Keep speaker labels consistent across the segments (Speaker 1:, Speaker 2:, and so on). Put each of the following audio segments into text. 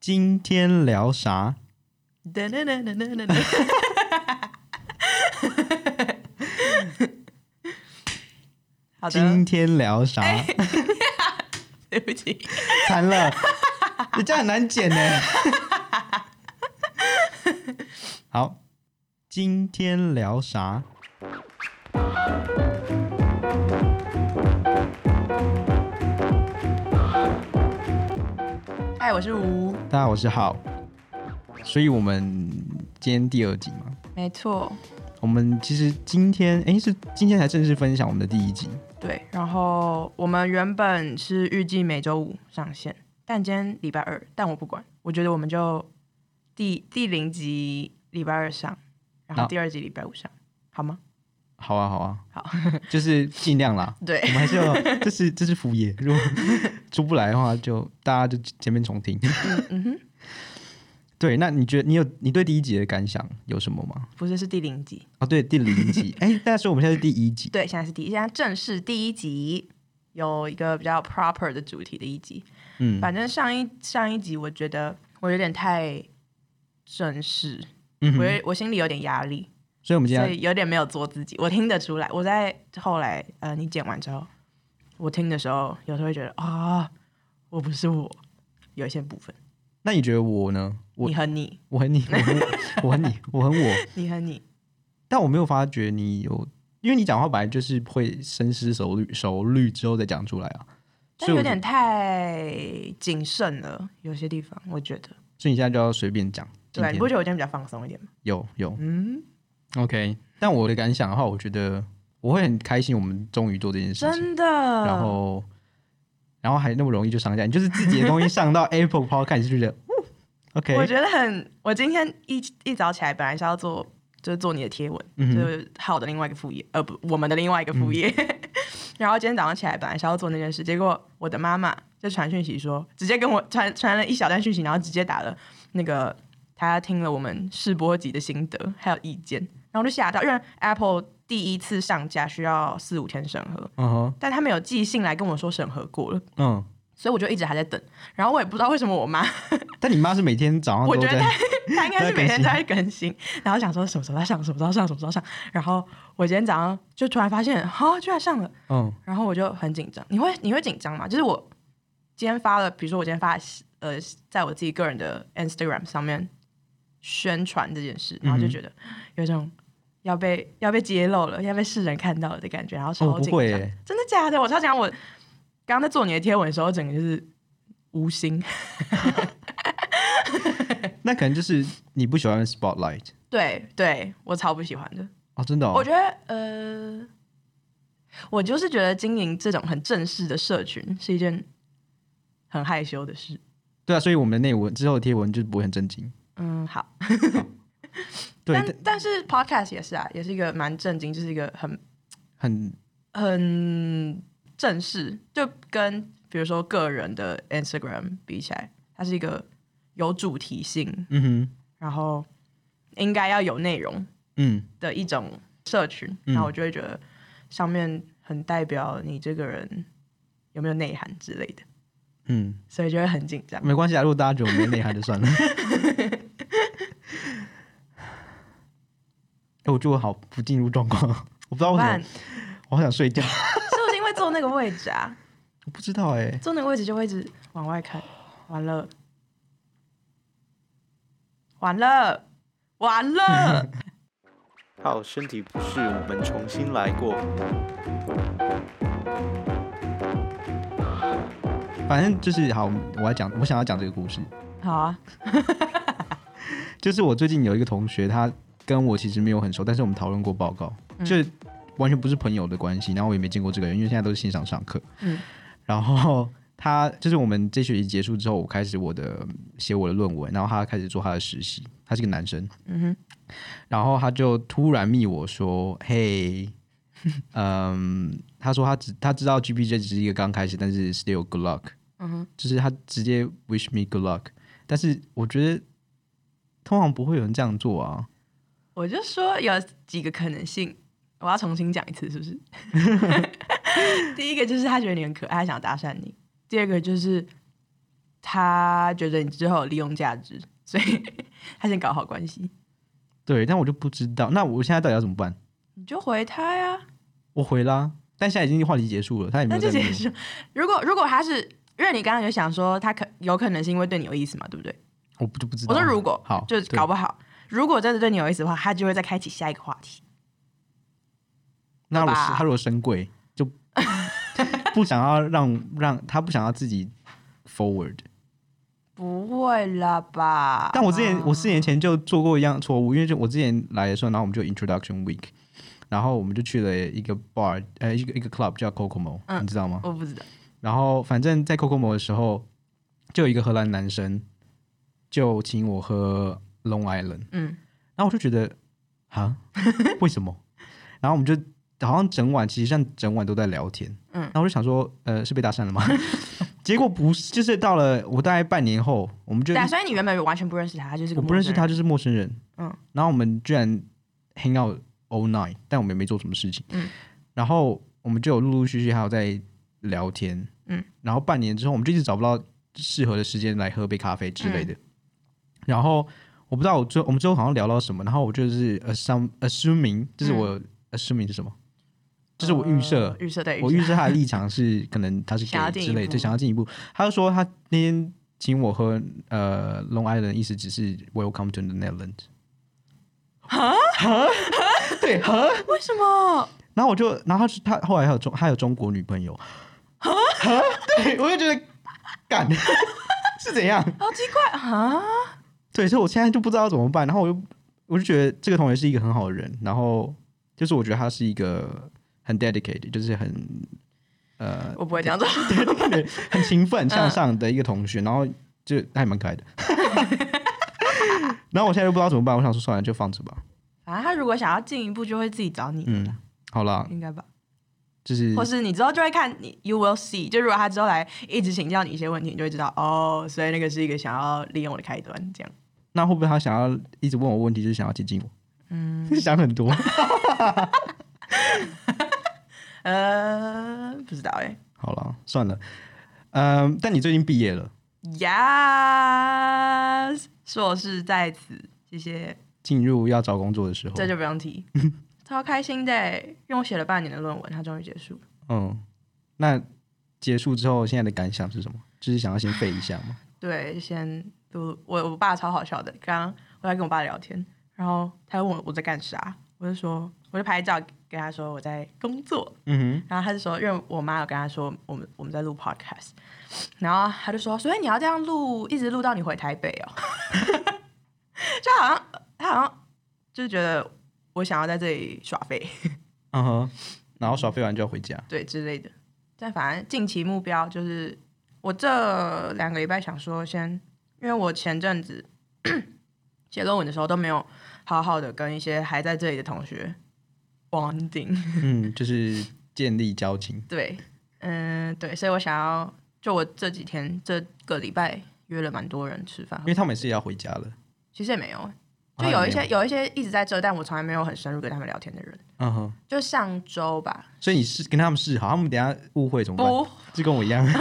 Speaker 1: 今天聊啥？
Speaker 2: 噔噔噔噔噔噔噔。好
Speaker 1: 今
Speaker 2: 的，哎
Speaker 1: 天聊啥？
Speaker 2: 对不起，
Speaker 1: 惨了，你这样很难剪 呢。好，今天聊啥？
Speaker 2: 嗨，我是吴，
Speaker 1: 大家好，我是浩。所以我们今天第二集嘛，
Speaker 2: 没错，
Speaker 1: 我们其实今天诶，是今天才正式分享我们的第一集，
Speaker 2: 对。然后我们原本是预计每周五上线，但今天礼拜二，但我不管，我觉得我们就第第零集礼拜二上，然后
Speaker 1: 好
Speaker 2: 第二集礼拜五上，好吗？
Speaker 1: 好啊，好啊，
Speaker 2: 好，
Speaker 1: 就是尽量啦。
Speaker 2: 对
Speaker 1: 我，们还是 要，这是这是副业，如果出不来的话就，大家就前面重听。
Speaker 2: 嗯哼，
Speaker 1: 对，那你觉得你有你对第一集的感想有什么吗？
Speaker 2: 不是是第零集，
Speaker 1: 哦，对，第零 集，哎，大家说我们现在是第一集，
Speaker 2: 对，现在是第一，现在正式第一集，有一个比较 proper 的主题的一集。
Speaker 1: 嗯
Speaker 2: 反正上一上一集，我觉得我有点太正式，
Speaker 1: 嗯啊
Speaker 2: 我
Speaker 1: 哼，
Speaker 2: 有我心里有点压力，
Speaker 1: 所以我们今
Speaker 2: 所
Speaker 1: 天
Speaker 2: 以有点没有做自己。我听得出来，我在后来呃，你剪完之后，我听的时候，有时候会觉得啊、我不是我，有一些部分，
Speaker 1: 那你觉得我呢？我
Speaker 2: 你和你，
Speaker 1: 我很你，我很我我很你，我很我，
Speaker 2: 你和你，
Speaker 1: 但我没有发觉你有，因为你讲话本来就是会深思熟虑，熟虑之后再讲出来啊，所
Speaker 2: 但
Speaker 1: 以
Speaker 2: 有
Speaker 1: 我觉
Speaker 2: 点
Speaker 1: 得，
Speaker 2: 太谨慎了，有些地方我觉得，
Speaker 1: 所以你现在就要随便讲，今
Speaker 2: 对，你
Speaker 1: 天
Speaker 2: 不觉得我今天比较放松一点吗？
Speaker 1: 有有
Speaker 2: 嗯。
Speaker 1: ，OK。但我的感想的话，我觉得我会很开心，我们终于做这件事情，
Speaker 2: 真的。
Speaker 1: 然后，然后还那么容易就上架，你就是自己的东西上 到 Apple Podcast，你就觉得呜，OK，
Speaker 2: 我觉得很，我今天一一早起来本来是要做，就是做你的贴文，
Speaker 1: 嗯哼
Speaker 2: 就是好的另外一个副业，呃不，我们的另外一个副业。
Speaker 1: 嗯
Speaker 2: 然后今天早上起来本来是要做那件事，结果我的妈妈就传讯息说，直接跟我传传了一小段讯息，然后直接打了那个她听了我们试播集的心得还有意见，然后我就吓到，因为 Apple 第一次上架需要四五天审核，
Speaker 1: 嗯哼，
Speaker 2: 但他们有寄信来跟我说审核过了，
Speaker 1: 嗯。
Speaker 2: 所以我就一直还在等，然后我也不知道为什么我妈
Speaker 1: 但你妈是每天早上
Speaker 2: 我
Speaker 1: 都
Speaker 2: 觉得
Speaker 1: 在
Speaker 2: 他他应该是每天都在更新，然后想说什么时候要上，什么时候要上，什么时候要上。然后我今天早上就突然发现，哈、居然上了，
Speaker 1: 嗯
Speaker 2: 然后我就很紧张。你会你会紧张吗？就是我今天发了，比如说我今天发了呃，在我自己个人的 Instagram 上面宣传这件事，然后就
Speaker 1: 嗯哼
Speaker 2: 觉得有一种要被要被揭露了，要被世人看到了的感觉，然后
Speaker 1: 哦
Speaker 2: 超
Speaker 1: 不
Speaker 2: 紧
Speaker 1: 会
Speaker 2: 张。
Speaker 1: 耶
Speaker 2: 真的假的？我超紧张。我刚刚在做你的贴文的时候，整个就是无心。
Speaker 1: 那可能就是你不喜欢 spotlight
Speaker 2: 对对，我超不喜欢的。
Speaker 1: 哦，真的哦，
Speaker 2: 我觉得，呃，我就是觉得经营这种很正式的社群是一件很害羞的事。
Speaker 1: 对啊，所以我们的内文之后的贴文就不会很震惊。
Speaker 2: 嗯，好，
Speaker 1: 对，
Speaker 2: 但但是 podcast 也是啊，也是一个蛮震惊，就是一个很
Speaker 1: 很
Speaker 2: 很正式，就跟比如说个人的 Instagram 比起来，它是一个有主题性，
Speaker 1: 嗯哼
Speaker 2: 然后应该要有内容
Speaker 1: 嗯
Speaker 2: 的一种社群，
Speaker 1: 嗯
Speaker 2: 然后我就会觉得上面很代表你这个人有没有内涵之类的。
Speaker 1: 嗯，
Speaker 2: 所以就会很紧张。
Speaker 1: 没关系啊，如果大家觉得我没内涵就算了。哎，我觉得我好不进入状况，我不知道为
Speaker 2: 不
Speaker 1: 什
Speaker 2: 然
Speaker 1: 么，
Speaker 2: 是
Speaker 1: 我好想睡觉，
Speaker 2: 不是因为坐那个位置啊？
Speaker 1: 我不知道哎、
Speaker 2: 坐那个位置就会一直往外看，完了，完了，完了！
Speaker 3: 好，身体不适，我们重新来过。
Speaker 1: 反正就是好，我要讲，我想要讲这个故事，
Speaker 2: 好啊，
Speaker 1: 就是我最近有一个同学，他跟我其实没有很熟，但是我们讨论过报告，
Speaker 2: 嗯
Speaker 1: 就完全不是朋友的关系。然后我也没见过这个人，因为现在都是线上上课。
Speaker 2: 嗯
Speaker 1: 然后他就是我们这学期结束之后，我开始我的写我的论文，然后他开始做他的实习。他是个男生，
Speaker 2: 嗯哼，
Speaker 1: 然后他就突然密我说：“嘿， 嗯，他说他只他知道 GPJ 只是一个刚开始，但是 still good luck。”
Speaker 2: 嗯哼，
Speaker 1: 就是他直接 wish me good luck，但是我觉得通常不会有人这样做啊。
Speaker 2: 我就说有几个可能性，我要重新讲一次，是不是？第一个就是他觉得你很可爱，他想搭讪你；第二个就是他觉得你之后有利用价值，所以 他先搞好关系，
Speaker 1: 对，但我就不知道，那我现在到底要怎么办？
Speaker 2: 你就回他呀，
Speaker 1: 我回啦，但现在已经话题结束了，他也没
Speaker 2: 那
Speaker 1: 有
Speaker 2: 就
Speaker 1: 在
Speaker 2: 结
Speaker 1: 理我
Speaker 2: 束。如果如果他是，因为你刚刚有想说他可有可能是因为对你有意思嘛，对不对？
Speaker 1: 我不就不知道
Speaker 2: 我
Speaker 1: 啊。
Speaker 2: 说如果
Speaker 1: 好，
Speaker 2: 就是
Speaker 1: 对
Speaker 2: 搞不好，如果真的对你有意思的话，他就会再开启下一个话题。
Speaker 1: 那如果
Speaker 2: 吧
Speaker 1: 是他如果神鬼 就不想要让让他不想要自己 forward，
Speaker 2: 不会啦吧？
Speaker 1: 但我之前、我四年前就做过一样错误，因为就我之前来的时候，然后我们就 introduction week，然后我们就去了一个 bar，呃，一个一个 club 叫 Cocomo，、
Speaker 2: 嗯
Speaker 1: 你知道吗？
Speaker 2: 我不知道，
Speaker 1: 然后反正在 Cocomo 的时候，就有一个荷兰男生就请我喝 Long Island，
Speaker 2: 嗯，
Speaker 1: 然后我就觉得啊，为什么？然后我们就好像整晚，其实像整晚都在聊天，
Speaker 2: 嗯
Speaker 1: 然后我就想说，呃，是被搭讪了吗？ 结果不是，就是到了我大概半年后，我们就
Speaker 2: 对啊，
Speaker 1: 一
Speaker 2: 所以你原本完全不认识他，他就是个
Speaker 1: 我不认识
Speaker 2: 陌生
Speaker 1: 他，
Speaker 2: 人，
Speaker 1: 就是陌生人。
Speaker 2: 嗯，
Speaker 1: 然后我们居然 hang out all night，但我们也没做什么事情。
Speaker 2: 嗯，
Speaker 1: 然后我们就有陆陆续续还有在聊天。
Speaker 2: 嗯，
Speaker 1: 然后半年之后，我们就一直找不到适合的时间来喝杯咖啡之类
Speaker 2: 嗯
Speaker 1: 的。然后我不知道我最我们最后好像聊到什么，然后我就是 assume assuming，就是我 assuming 是什么？就是我预设
Speaker 2: 嗯呃预设对，
Speaker 1: 我预设他的立场是可能他是
Speaker 2: 想要
Speaker 1: gay
Speaker 2: 进一
Speaker 1: 之类，
Speaker 2: 步
Speaker 1: 对，想要进一步。他就说他那天请我喝呃 Long Island，意思只是 Welcome to the Netherlands。哈对哈，
Speaker 2: 为什么？
Speaker 1: 然后我就，然后他是他后来还有中，他有中国女朋友。
Speaker 2: 啊
Speaker 1: 哈，对，我就觉得干 是怎样？
Speaker 2: 好奇怪啊！
Speaker 1: 对，所以我现在就不知道要怎么办。然后我就我就觉得这个同学是一个很好的人，然后就是我觉得他是一个很 dedicated，就是很呃
Speaker 2: 我不会这样 做，
Speaker 1: 很勤奋
Speaker 2: 嗯
Speaker 1: 向上的一个同学，然后就他还蛮可爱的。 然后我现在就不知道怎么办，我想说算了，就放着吧。
Speaker 2: 反正他如果想要进一步，就会自己找你的
Speaker 1: 嗯
Speaker 2: 啦，，
Speaker 1: 好啦，
Speaker 2: 应该吧？
Speaker 1: 就是
Speaker 2: 或是你之后就会看你，you will see。就如果他之后来一直请教你一些问题，你就会知道哦，所以那个是一个想要利用我的开端，这样。
Speaker 1: 那会不会他想要一直问我问题，就是想要接近我？嗯， 想很多。
Speaker 2: 呃，不知道哎、
Speaker 1: 好了，算了。嗯，但你最近毕业了，
Speaker 2: Yes，硕士在此，谢谢。
Speaker 1: 进入要找工作的时候，
Speaker 2: 这就不用提，超开心的欸，因为我写了半年的论文，它终于结束了。
Speaker 1: 嗯，那结束之后现在的感想是什么？就是想要先废一下嘛。
Speaker 2: 对，先读我我爸超好笑的，刚刚我在跟我爸聊天，然后他问我我在干啥，我就说我就拍照跟他说我在工作，
Speaker 1: 嗯
Speaker 2: 然后他就说，因为我妈有跟他说我们我们在录 podcast，然后他就说，所以你要这样录，一直录到你回台北哦， 就好像他好像就是觉得我想要在这里耍废，
Speaker 1: 哼，嗯哼，然后耍废完就要回家。
Speaker 2: 对之类的。但反正近期目标就是，我这两个礼拜想说先，因为我前阵子 写论文的时候都没有好好的跟一些还在这里的同学 bonding，
Speaker 1: 嗯，就是建立交情。
Speaker 2: 对，嗯，对，所以我想要，就我这几天这个礼拜约了蛮多人吃饭
Speaker 1: 因，为他们也是要回家了。
Speaker 2: 其实也没有，
Speaker 1: 啊
Speaker 2: 就有一
Speaker 1: 也没
Speaker 2: 些有一些一直在这，但我从来没有很深入跟他们聊天的人，
Speaker 1: 嗯哼，
Speaker 2: 就上周吧，
Speaker 1: 所以你是跟他们示好，他们等一下误会怎么办？
Speaker 2: 不
Speaker 1: 就跟我一样。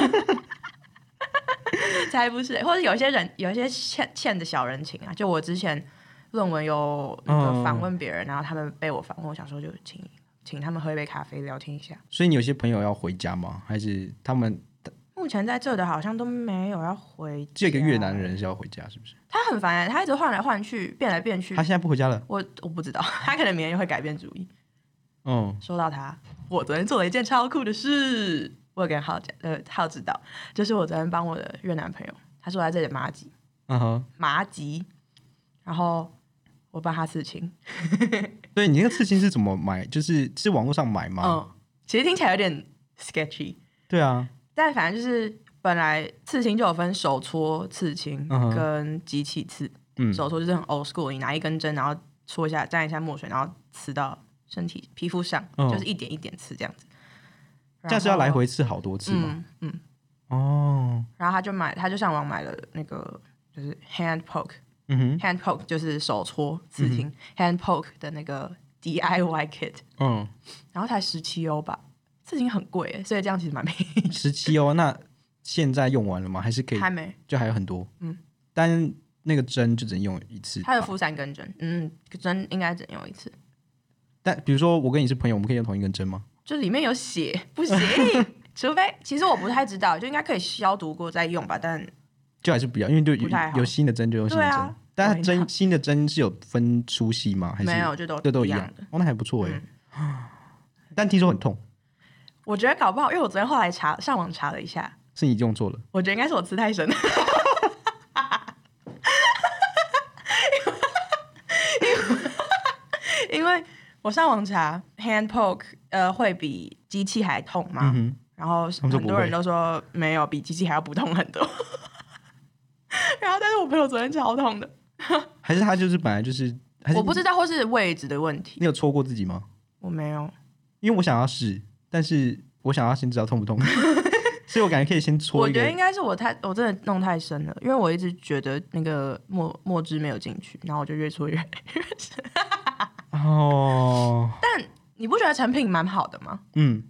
Speaker 2: 才不是，或者有一些人有一些欠欠的小人情啊，就我之前论文有那
Speaker 1: 嗯
Speaker 2: 个访问别人，然后他们被我访问，我想说就请请他们喝一杯咖啡聊天一下。
Speaker 1: 所以你有些朋友要回家吗？还是他们
Speaker 2: 目前在这的好像都没有要回家，
Speaker 1: 只有一个越南人是要回家，是不是？
Speaker 2: 他很烦、欸他一直换来换去，变来变去
Speaker 1: 他。现在不回家了。
Speaker 2: 我我不知道， 他可能明天就会改变主意。
Speaker 1: 嗯，
Speaker 2: 说到他，我昨天做了一件超酷的事，我有跟浩讲，呃，浩知道，就是我昨天帮我的越南朋友，他说他这里麻吉
Speaker 1: 嗯哼。
Speaker 2: 麻吉，然后我帮他刺青。
Speaker 1: 所以你那个刺青是怎么买？就是是网络上买吗？
Speaker 2: 嗯，其实听起来有点 sketchy，
Speaker 1: 对啊，
Speaker 2: 但反正就是本来刺青就有分手搓刺青
Speaker 1: 嗯哼
Speaker 2: 跟机器刺，
Speaker 1: 嗯
Speaker 2: 手搓就是很 old school，你拿一根针，然后搓一下，沾一下墨水，然后刺到身体皮肤上，
Speaker 1: 嗯
Speaker 2: 就是一点一点刺这样子。
Speaker 1: 这样是要来
Speaker 2: 然后
Speaker 1: 回刺好多次吗？
Speaker 2: 嗯嗯，
Speaker 1: 哦，
Speaker 2: 然后他就买，他就上网买了那个就是 hand poke。
Speaker 1: 嗯
Speaker 2: hand poke 就是手搓刺青、hand poke 的那个 DIY kit，
Speaker 1: 哼，
Speaker 2: 然后才十七欧吧，刺青很贵耶，所以这样其实蛮便宜的。
Speaker 1: 嗯，十七哦，那现在用完了吗？还是可以
Speaker 2: 还？没，
Speaker 1: 就还有很多，
Speaker 2: 嗯，
Speaker 1: 但那个针就只能用一次吧。
Speaker 2: 它有附三根针，嗯，针应该只能用一次。
Speaker 1: 但比如说我跟你是朋友，我们可以用同一根针吗？
Speaker 2: 就里面有血，不行，除非其实我不太知道，就应该可以消毒过再用吧。但
Speaker 1: 就还是不要，因为就有
Speaker 2: 不太好
Speaker 1: 有新的针就用新的
Speaker 2: 对
Speaker 1: 针。
Speaker 2: 啊
Speaker 1: 但
Speaker 2: 对
Speaker 1: 它
Speaker 2: 啊
Speaker 1: 针新的针是有分粗细吗？还是
Speaker 2: 没有，就都
Speaker 1: 对都
Speaker 2: 一
Speaker 1: 一
Speaker 2: 样
Speaker 1: 样
Speaker 2: 的。。嗯
Speaker 1: 哦，那还不错哎、但听说很痛，
Speaker 2: 我觉得搞不好，因为我昨天后来查上网查了一下，
Speaker 1: 是你用错了。
Speaker 2: 我觉得应该是我吃太深，因为因为我上网查 hand poke 呃会比机器还痛吗？
Speaker 1: 嗯哼，
Speaker 2: 然后
Speaker 1: 们说
Speaker 2: 很
Speaker 1: 不
Speaker 2: 多
Speaker 1: 会
Speaker 2: 人都说没有，比机器还要不痛很多。 然后，但是我朋友昨天超痛的，
Speaker 1: 还是他就是本来就是，还是
Speaker 2: 我不知道或是位置的问题，
Speaker 1: 你有戳过自己吗？
Speaker 2: 我没有。
Speaker 1: 因为我想要试，但是我想要先知道痛不 痛，所以我感觉可以先戳
Speaker 2: 我
Speaker 1: 一
Speaker 2: 觉得应
Speaker 1: 个。
Speaker 2: 该是我太我真的弄太深了，因为我一直觉得那个墨墨汁没有进去，然后我就越搓越越深。
Speaker 1: 哦，
Speaker 2: 你不觉得成品蛮好的吗？
Speaker 1: 嗯，
Speaker 2: 你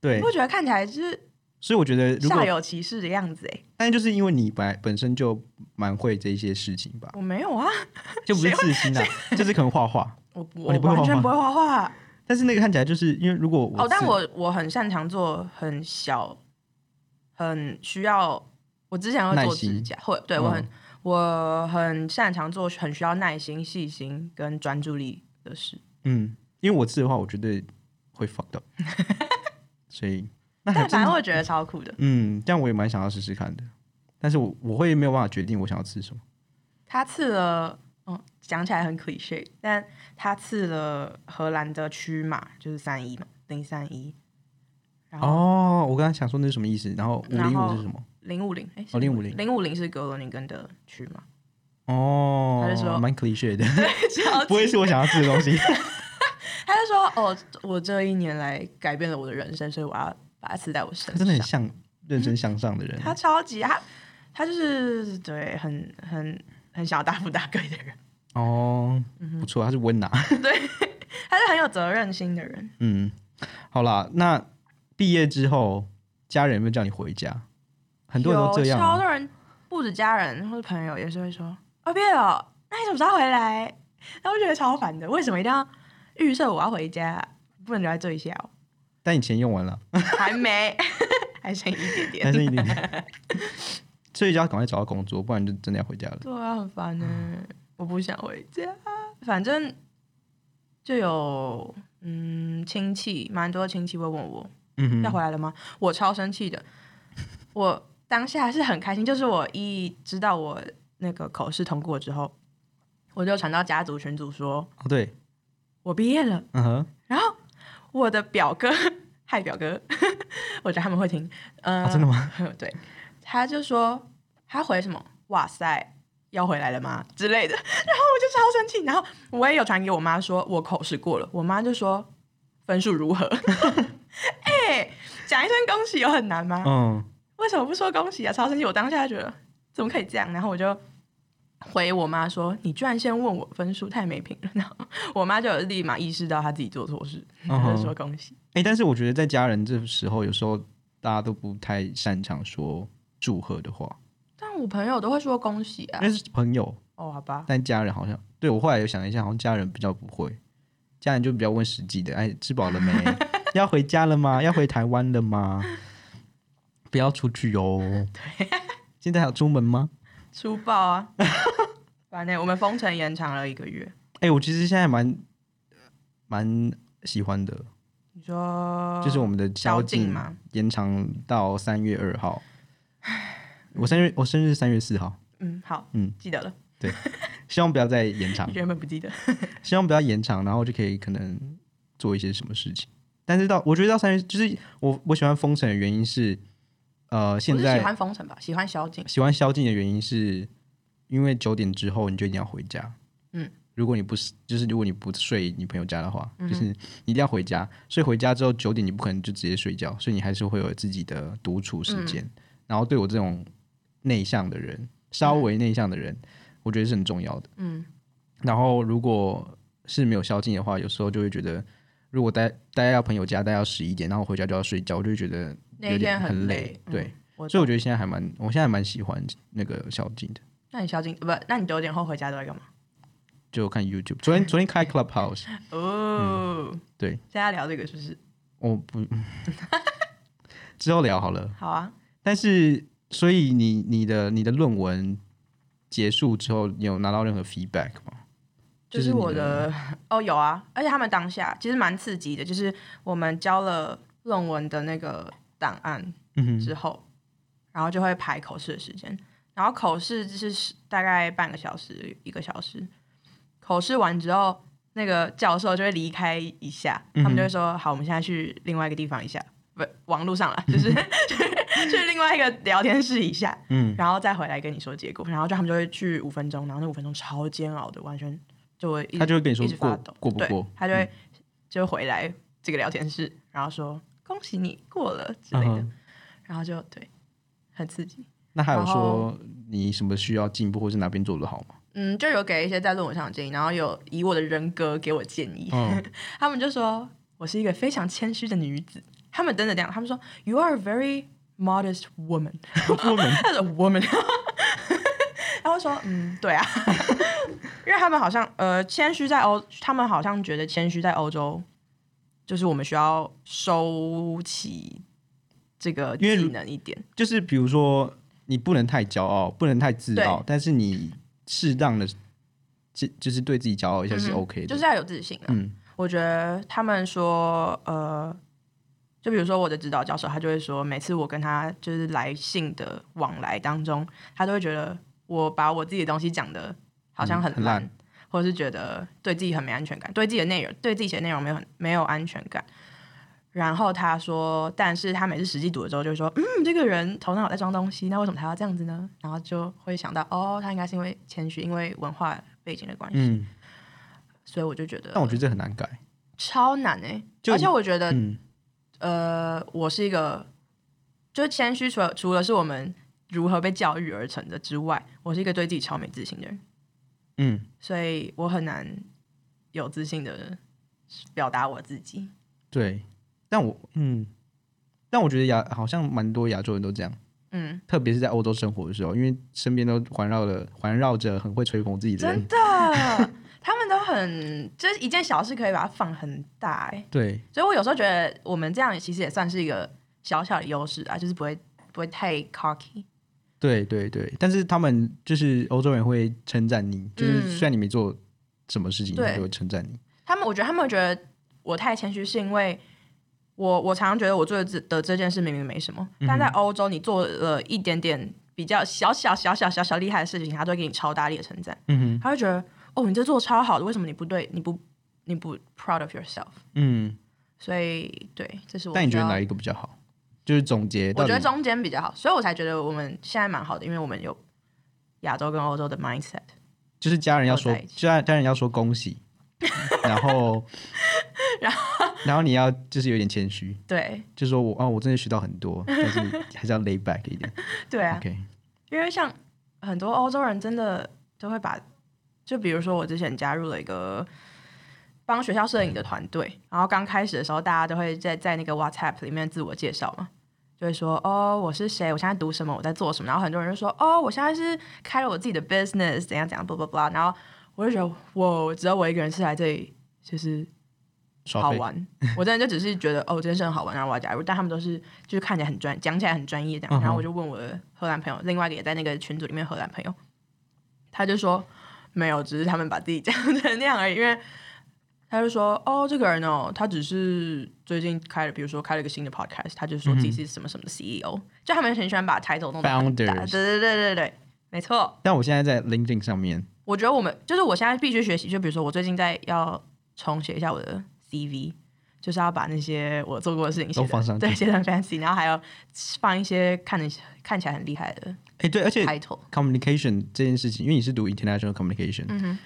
Speaker 1: 对
Speaker 2: 不，觉得看起来就是
Speaker 1: 所以我觉得如果
Speaker 2: 煞有其事的样子、欸？哎，
Speaker 1: 但就是因为你本来本身就蛮会这一些事情吧，
Speaker 2: 我没有啊，
Speaker 1: 就不是刺青啊，就是可能画画。
Speaker 2: 我不
Speaker 1: 哦
Speaker 2: 我
Speaker 1: 你不会
Speaker 2: 完全
Speaker 1: 画画
Speaker 2: 不会画画
Speaker 1: 但是那个看起来就是因为如果我
Speaker 2: 哦，但
Speaker 1: 刺
Speaker 2: 我我很擅长做很小，很需要。我之前会
Speaker 1: 耐
Speaker 2: 做指
Speaker 1: 心
Speaker 2: 甲，会对
Speaker 1: 嗯
Speaker 2: 我很、我很擅长做很需要耐心、细心跟专注力的事。
Speaker 1: 嗯，因为我刺的话，我绝对会 fucked up，所以那还
Speaker 2: 但
Speaker 1: 真
Speaker 2: 反
Speaker 1: 的
Speaker 2: 正我觉得超酷的。
Speaker 1: 嗯，但我也蛮想要试试看的，但是我我会没有办法决定我想要吃什么。
Speaker 2: 他刺了，嗯，讲起来很 cliche，但他刺了荷兰的区码，就是三一嘛，零三一，然后
Speaker 1: 哦，我刚才想说那是什么意思，然后五
Speaker 2: 然
Speaker 1: 零
Speaker 2: 后
Speaker 1: 五是什么？
Speaker 2: 零五零，哎，
Speaker 1: 哦050
Speaker 2: 零五零是格罗宁根的区 码，
Speaker 1: 哦，
Speaker 2: 他就说
Speaker 1: 蛮 cliche 的，
Speaker 2: 超级
Speaker 1: 不会是我想要吃的东 西。
Speaker 2: 他就说，哦，我这一年来改变了我的人生，所以我要把它刺在我身
Speaker 1: 他
Speaker 2: 上
Speaker 1: 真的。很像认真向上的人，
Speaker 2: 他超级他他就是对，很很很想要大富大贵的人，
Speaker 1: 哦，
Speaker 2: 嗯
Speaker 1: 不错，他是温拿。
Speaker 2: 他是很有责任心的人。
Speaker 1: 嗯，好啦，那毕业之后，家人有没有叫你回家？很多人都这样、
Speaker 2: 有超
Speaker 1: 啊。
Speaker 2: 多人，不止家人或者朋友也是会说：“哦，毕业了，那你什么时候回来？”然后我觉得超烦的，为什么一定要预设我要回家？不能留在这一下、哦？
Speaker 1: 但你钱用完了，
Speaker 2: 还没， 还剩一点点。
Speaker 1: 但是一定， 所以就要赶快找到工作，不然就真的要回家了。
Speaker 2: 对啊，很烦呢、我不想回家。反正就有嗯亲戚，蛮多亲戚会问我
Speaker 1: 嗯
Speaker 2: 要
Speaker 1: 哼，
Speaker 2: 回来了吗？我超生气的，我当下是很开心，就是我一知道我那个口试通过之后，我就传到家族群组说
Speaker 1: 哦对，
Speaker 2: 我毕业了，
Speaker 1: 嗯哼，
Speaker 2: 然后我的表哥， 嗨表哥， 我觉得他们会听，嗯、
Speaker 1: 啊真的吗？
Speaker 2: 对，他就说他回什么，哇塞。要回来了吗之类的，然后我就超生气，然后我也有传给我妈说，我口试过了，我妈就说分数如何？ 哎、讲一声恭喜有很难吗？
Speaker 1: 嗯，
Speaker 2: 为什么不说恭喜啊？超生气！我当下就觉得怎么可以这样，然后我就回我妈说：“你居然先问我分数，太没品了。” 然后我妈就有立马意识到她自己做错事，
Speaker 1: 嗯
Speaker 2: 她
Speaker 1: 哼
Speaker 2: 就说恭喜。
Speaker 1: 哎、但是我觉得在家人这时候，有时候大家都不太擅长说祝贺的话，
Speaker 2: 但我朋友都会说恭喜啊
Speaker 1: 因。为是朋友，
Speaker 2: 哦，好吧，
Speaker 1: 但家人好像，对我后来有想一下，好像家人比较不会，家人就比较问实际的，哎，吃饱了 没？要回家了吗？要回台湾了吗？不要出去哟、现在还有出门吗？
Speaker 2: 粗暴啊！反正我们封城延长了一个月。
Speaker 1: 哎、我其实现在蛮蛮喜欢的，
Speaker 2: 你说
Speaker 1: 就是我们的
Speaker 2: 哦宵
Speaker 1: 宵
Speaker 2: 禁
Speaker 1: 禁
Speaker 2: 吗？
Speaker 1: 延长到三月二号。我生日，我生日三月四号，
Speaker 2: 嗯好，
Speaker 1: 嗯
Speaker 2: 记得了。
Speaker 1: 希望不要再延长
Speaker 2: 你，原本不记得，
Speaker 1: 希望不要延长，然后就可以可能做一些什么事情。但是到我觉得到三月，就是我我喜欢封城的原因是，呃，现
Speaker 2: 不是喜
Speaker 1: 在
Speaker 2: 欢封城吧？喜欢宵禁。
Speaker 1: 喜欢宵禁的原因是，因为九点之后你就一定要回家。
Speaker 2: 嗯，
Speaker 1: 如果你不是就是如果你不睡你朋友家的话，就是
Speaker 2: 嗯
Speaker 1: 你一定要回家。所以回家之后九点你不可能就直接睡觉，所以你还是会有自己的独处
Speaker 2: 嗯
Speaker 1: 时间。然后对我这种内向的人，稍微内向的人，我觉得是很重要的。
Speaker 2: 嗯，
Speaker 1: 然后如果是没有宵禁的话，有时候就会觉得，如果待待到朋友家待到十一点，然后回家就要睡觉，我就会觉得
Speaker 2: 那
Speaker 1: 有
Speaker 2: 一天
Speaker 1: 点很
Speaker 2: 累。嗯
Speaker 1: 对，
Speaker 2: 我
Speaker 1: 所以我觉得现在还蛮，我现在还蛮喜欢那个小静的，
Speaker 2: 那你宵禁不？那你九点后回家都在干嘛？
Speaker 1: 就看 YouTube。昨天昨天开 Clubhouse，
Speaker 2: 哦，
Speaker 1: 嗯对，
Speaker 2: 现在聊这个是不是？
Speaker 1: 我不之后聊好了。
Speaker 2: 好啊，
Speaker 1: 但是，所以你你的你的论文结束之后，你有拿到任何 feedback 吗？
Speaker 2: 就
Speaker 1: 就是
Speaker 2: 是
Speaker 1: 你
Speaker 2: 我的哦，有啊，而且他们当下其实蛮刺激的，就是我们交了论文的那个档案
Speaker 1: 嗯
Speaker 2: 之后，然后就会排口试的时间，然后口试就是大概半个小时一个小时，口试完之后，那个教授就会离开一下，
Speaker 1: 嗯
Speaker 2: 他们就会说好，我们现在去另外一个地方一下，不，网络上 了，就是去去另外一个聊天室一下，
Speaker 1: 嗯，
Speaker 2: 然后再回来跟你说结果，然后就他们就会去五分钟，然后那五分钟超煎熬的，完全就会一直
Speaker 1: 他就会跟你说
Speaker 2: 一直
Speaker 1: 过
Speaker 2: 发抖
Speaker 1: 过不
Speaker 2: 对
Speaker 1: 过嗯
Speaker 2: 他就会、就回来这个聊天室，然后说恭喜你过了之类的，
Speaker 1: 嗯
Speaker 2: 然后就对，很刺激。
Speaker 1: 那还有
Speaker 2: 然
Speaker 1: 说
Speaker 2: 后
Speaker 1: 你什么需要进步，或是哪边做得好吗？
Speaker 2: 嗯，就有给一些在论文上的建议，然后有以我的人格给我建议。
Speaker 1: 嗯
Speaker 2: 他们就说我是一个非常谦虚的女子。他们真的这样，他们说 You are a very modest woman。
Speaker 1: ，woman
Speaker 2: 他说 woman，然后说嗯，对啊， 因为他们好像呃谦虚在欧，他们好像觉得谦虚在欧洲就是我们需要收起这个
Speaker 1: 因为
Speaker 2: 技能一点。
Speaker 1: 就是比如说你不能太骄傲，不能太自傲
Speaker 2: 对，
Speaker 1: 但是你适当的就就是对自己骄傲一下是
Speaker 2: 嗯
Speaker 1: OK
Speaker 2: 就
Speaker 1: 的。
Speaker 2: 是要有自信啊。
Speaker 1: 嗯
Speaker 2: 我觉得他们说，呃，就比如说我的指导教授，他就会说，每次我跟他就是来信的往来当中，他都会觉得我把我自己的东西讲的好像
Speaker 1: 嗯很
Speaker 2: 烂，
Speaker 1: 烂
Speaker 2: 或者是觉得对自己很没安全感，对自己的内容，对自己写的内容没有很没有安全感。然后他说，但是他每次实际读了之后，就会说，嗯，这个人头脑有在装东西，那为什么他要这样子呢？然后就会想到，哦，他应该是因为谦虚，因为文化背景的关系，
Speaker 1: 嗯，
Speaker 2: 所以我就觉得，
Speaker 1: 但我觉得这很难改。
Speaker 2: 超难哎、
Speaker 1: 就
Speaker 2: 而且我觉得，
Speaker 1: 嗯
Speaker 2: 呃，我是一个，就谦虚除了除了是我们如何被教育而成的之外，我是一个对自己超没自信的人，
Speaker 1: 嗯，
Speaker 2: 所以我很难有自信的表达我自己。
Speaker 1: 对。但我嗯，但我觉得亚好像蛮多亚洲人都这样。
Speaker 2: 嗯，
Speaker 1: 特别是在欧洲生活的时候，因为身边都环绕了环绕着很会吹捧自己的
Speaker 2: 真
Speaker 1: 人，
Speaker 2: 的， 他们都很，就是一件小事可以把它放很大哎、
Speaker 1: 对，
Speaker 2: 所以我有时候觉得我们这样其实也算是一个小小的优势啊，就是不会不会太 cocky。
Speaker 1: 对对对。但是他们就是欧洲人会称赞你，就是
Speaker 2: 嗯
Speaker 1: 虽然你没做什么事情，
Speaker 2: 对
Speaker 1: 他就会称赞你。
Speaker 2: 他们，我觉得他们觉得我太谦虚，是因为我我常常觉得我做的这的这件事明明没什么，
Speaker 1: 嗯
Speaker 2: 但在欧洲你做了一点点比较小小小小小小厉害的事情，他都会给你超大力的称赞，
Speaker 1: 嗯
Speaker 2: 他会觉得哦你这做得超好的，为什么你不对你不你不 proud of yourself？
Speaker 1: 嗯。
Speaker 2: 所以对，这是我
Speaker 1: 但你觉得
Speaker 2: 比较
Speaker 1: 哪一个比较好？就是总结
Speaker 2: 我
Speaker 1: 到底
Speaker 2: 觉得中间比较好，所以我才觉得我们现在蛮好的，因为我们有亚洲跟欧洲的 mindset。
Speaker 1: 就是家人要说
Speaker 2: 都在一，起
Speaker 1: 家家人要说恭喜， 然后然后然后你要就是有点谦虚，
Speaker 2: 对
Speaker 1: 就说我哦，我真的学到很多，但是还是要 lay back 一点。
Speaker 2: 对啊，
Speaker 1: OK，
Speaker 2: 因为像很多欧洲人真的都会把，就比如说我之前加入了一个帮学校摄影的团队，然后刚开始的时候，大家都会在在那个 WhatsApp 里面自我介绍嘛。就会说哦，我是谁？我现在读什么？我在做什么？然后很多人就说哦，我现在是开了我自己的 business，怎样怎样，blah blah blah。然后我就觉得，哇，只有我一个人是来这里，就是
Speaker 1: 耍
Speaker 2: 好
Speaker 1: 废，
Speaker 2: 玩。我真的就只是觉得哦，这件事很好玩，然后我要加入。但他们都是就是看起来很专，讲起来很专业这
Speaker 1: 嗯
Speaker 2: 样。
Speaker 1: 哼
Speaker 2: 然后我就问我的荷兰朋友，另外一个也在那个群组里面荷兰朋友，他就说没有，只是他们把自己讲成那样而已。因为他就说哦，这个人哦，他只是最近开了，比如说开了一个新的 podcast，他就说自己是什么什么的 CEO，、就他们很喜欢把 title 弄得很大。
Speaker 1: 嗯 Founders
Speaker 2: 对对对对对，没错。
Speaker 1: 但我现在在 LinkedIn 上面，
Speaker 2: 我觉得我们就是我现在必须学习，就比如说我最近在要重写一下我的 CV，就是要把那些我做过的事情写
Speaker 1: 都
Speaker 2: 得
Speaker 1: 放上去
Speaker 2: 对，写得很 fancy，然后还要放一些看得看起来很厉害的
Speaker 1: 哎，对，而且
Speaker 2: title。
Speaker 1: communication 这件事情，因为你是读 international communication，、
Speaker 2: 嗯哼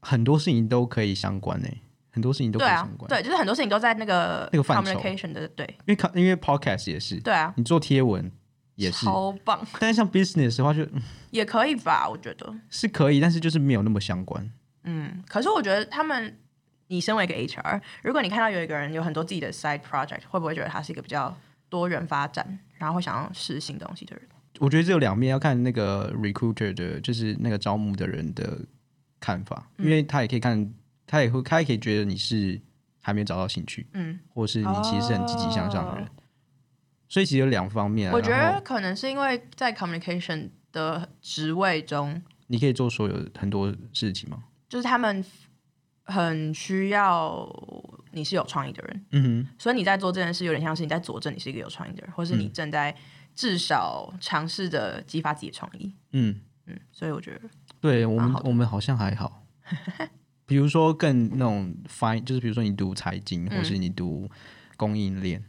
Speaker 1: 很多事情都可以相关诶、很多事情都可
Speaker 2: 对
Speaker 1: 以
Speaker 2: 啊
Speaker 1: 相，关。
Speaker 2: 对，就是很多事情都在那个
Speaker 1: 那个范畴
Speaker 2: communication 的，对
Speaker 1: 因为 co- 因为 podcast 也是，
Speaker 2: 对啊，
Speaker 1: 你做贴文也是，
Speaker 2: 超棒，
Speaker 1: 但是像 business 的话就嗯
Speaker 2: 也可以吧？我觉得，
Speaker 1: 是可以，但是就是没有那么相关。
Speaker 2: 嗯，可是我觉得他们，你身为一个 HR，如果你看到有一个人有很多自己的 side project，会不会觉得他是一个比较多元发展，然后会想要试新东西的人。
Speaker 1: 我觉得这有两面，要看那个 recruiter 的，就是那个招募的人的看法，
Speaker 2: 嗯
Speaker 1: 因为他也可以看，他也会，他也可以觉得你是还没有找到兴趣，
Speaker 2: 嗯，
Speaker 1: 或是你其实是很积极向上的人。所以其实有两方面、啊，
Speaker 2: 哦我觉
Speaker 1: 然
Speaker 2: 得
Speaker 1: 后
Speaker 2: 可能是因为在 communication 的职位中，
Speaker 1: 你可以做所有很多事情嘛。
Speaker 2: 就是他们很需要你是有创意的人，
Speaker 1: 嗯
Speaker 2: 所以你在做这件事有点像是你在佐证你是一个有创意的人，或是你
Speaker 1: 嗯
Speaker 2: 正在至少尝试着激发自己的创意。
Speaker 1: 哼，嗯，
Speaker 2: 嗯，所以我觉得
Speaker 1: 对我
Speaker 2: 蛮
Speaker 1: 们
Speaker 2: 好的
Speaker 1: 我们好像还好。 比如说更那种 fine，就是比如说你读财经，
Speaker 2: 嗯
Speaker 1: 或是你读供应链，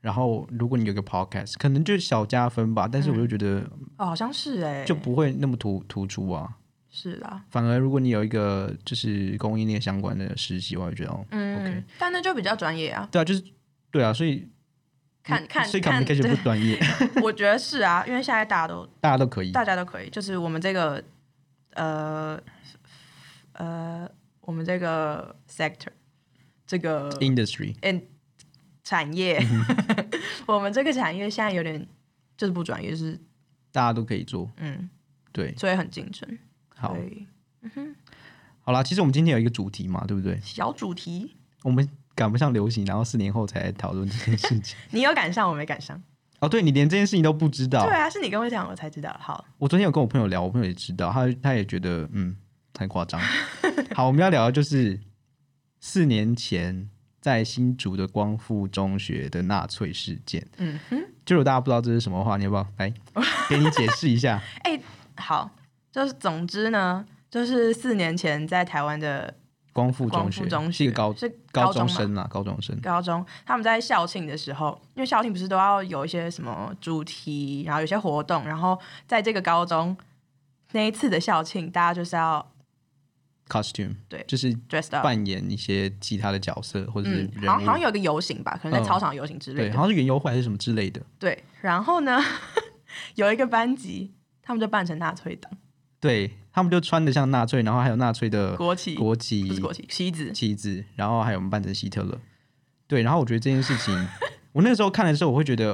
Speaker 1: 然后如果你有个 podcast，可能就小加分吧。但是我就觉得
Speaker 2: 哦，好像是哎、
Speaker 1: 就不会那么突突出啊。
Speaker 2: 是啦，
Speaker 1: 反而如果你有一个就是供应链相关的实习，我会觉得哦，
Speaker 2: 嗯
Speaker 1: OK
Speaker 2: 但那就比较专业啊，
Speaker 1: 对啊，就是对啊，所以
Speaker 2: 看看
Speaker 1: 嗯所以
Speaker 2: 看，
Speaker 1: communication 不专 业，
Speaker 2: 我觉得是啊，因为现在大家都
Speaker 1: 大家都可以。
Speaker 2: 大家都可以，就是我们这个呃呃，我们这个 sector 这个
Speaker 1: Industry
Speaker 2: 产业， 我们这个产业现在有点就是不专业，就是
Speaker 1: 大家都可以做，
Speaker 2: 嗯，
Speaker 1: 对，
Speaker 2: 所以很竞争。
Speaker 1: 好
Speaker 2: 所，以
Speaker 1: 好啦，其实我们今天有一个主题嘛，对不对？
Speaker 2: 小主题，
Speaker 1: 我们赶不上流行，然后四年后才来讨论这件事情。
Speaker 2: 你有赶上，我没赶上。
Speaker 1: 哦，对你连这件事情都不知道
Speaker 2: 对，啊，是你跟我讲，我才知道。好，
Speaker 1: 我昨天有跟我朋友聊，我朋友也知道，他他也觉得嗯很夸张。好，我们要聊的就是四年前在新竹的光复中学的纳粹事件。
Speaker 2: 嗯哼，
Speaker 1: 就如果大家不知道这是什么的话，你要不要 来给你解释一下？
Speaker 2: 好，就是总之呢，就是四年前在台湾的
Speaker 1: 光复
Speaker 2: 光
Speaker 1: 中
Speaker 2: 复
Speaker 1: 学
Speaker 2: 中
Speaker 1: 是一个高
Speaker 2: 是
Speaker 1: 高
Speaker 2: 中
Speaker 1: 中
Speaker 2: 嘛
Speaker 1: 生啊，高中生。
Speaker 2: 高中他们在校庆的时候，因为校庆不是都要有一些什么主题，然后有些活动，然后在这个高中那一次的校庆，大家就是要
Speaker 1: costume，
Speaker 2: 对
Speaker 1: 就是。
Speaker 2: dressed up，
Speaker 1: 扮演一些其他的角色或者是
Speaker 2: 嗯，
Speaker 1: 人
Speaker 2: 好像
Speaker 1: 物，
Speaker 2: 好像有一个游行吧，可能
Speaker 1: 嗯
Speaker 2: 在操场游行之类
Speaker 1: 对，
Speaker 2: 的，
Speaker 1: 好像是园游会还是什么之类的，
Speaker 2: 对，然后呢， 有一个班级，他们就扮成纳粹党
Speaker 1: 对他们就穿的像纳粹，然后还有纳粹的
Speaker 2: 国旗，
Speaker 1: 国
Speaker 2: 不
Speaker 1: 旗
Speaker 2: 是国旗，旗子，
Speaker 1: 旗子，然后还有我们扮成希特勒，对，然后我觉得这件事情，我那时候看的时候，我会觉得，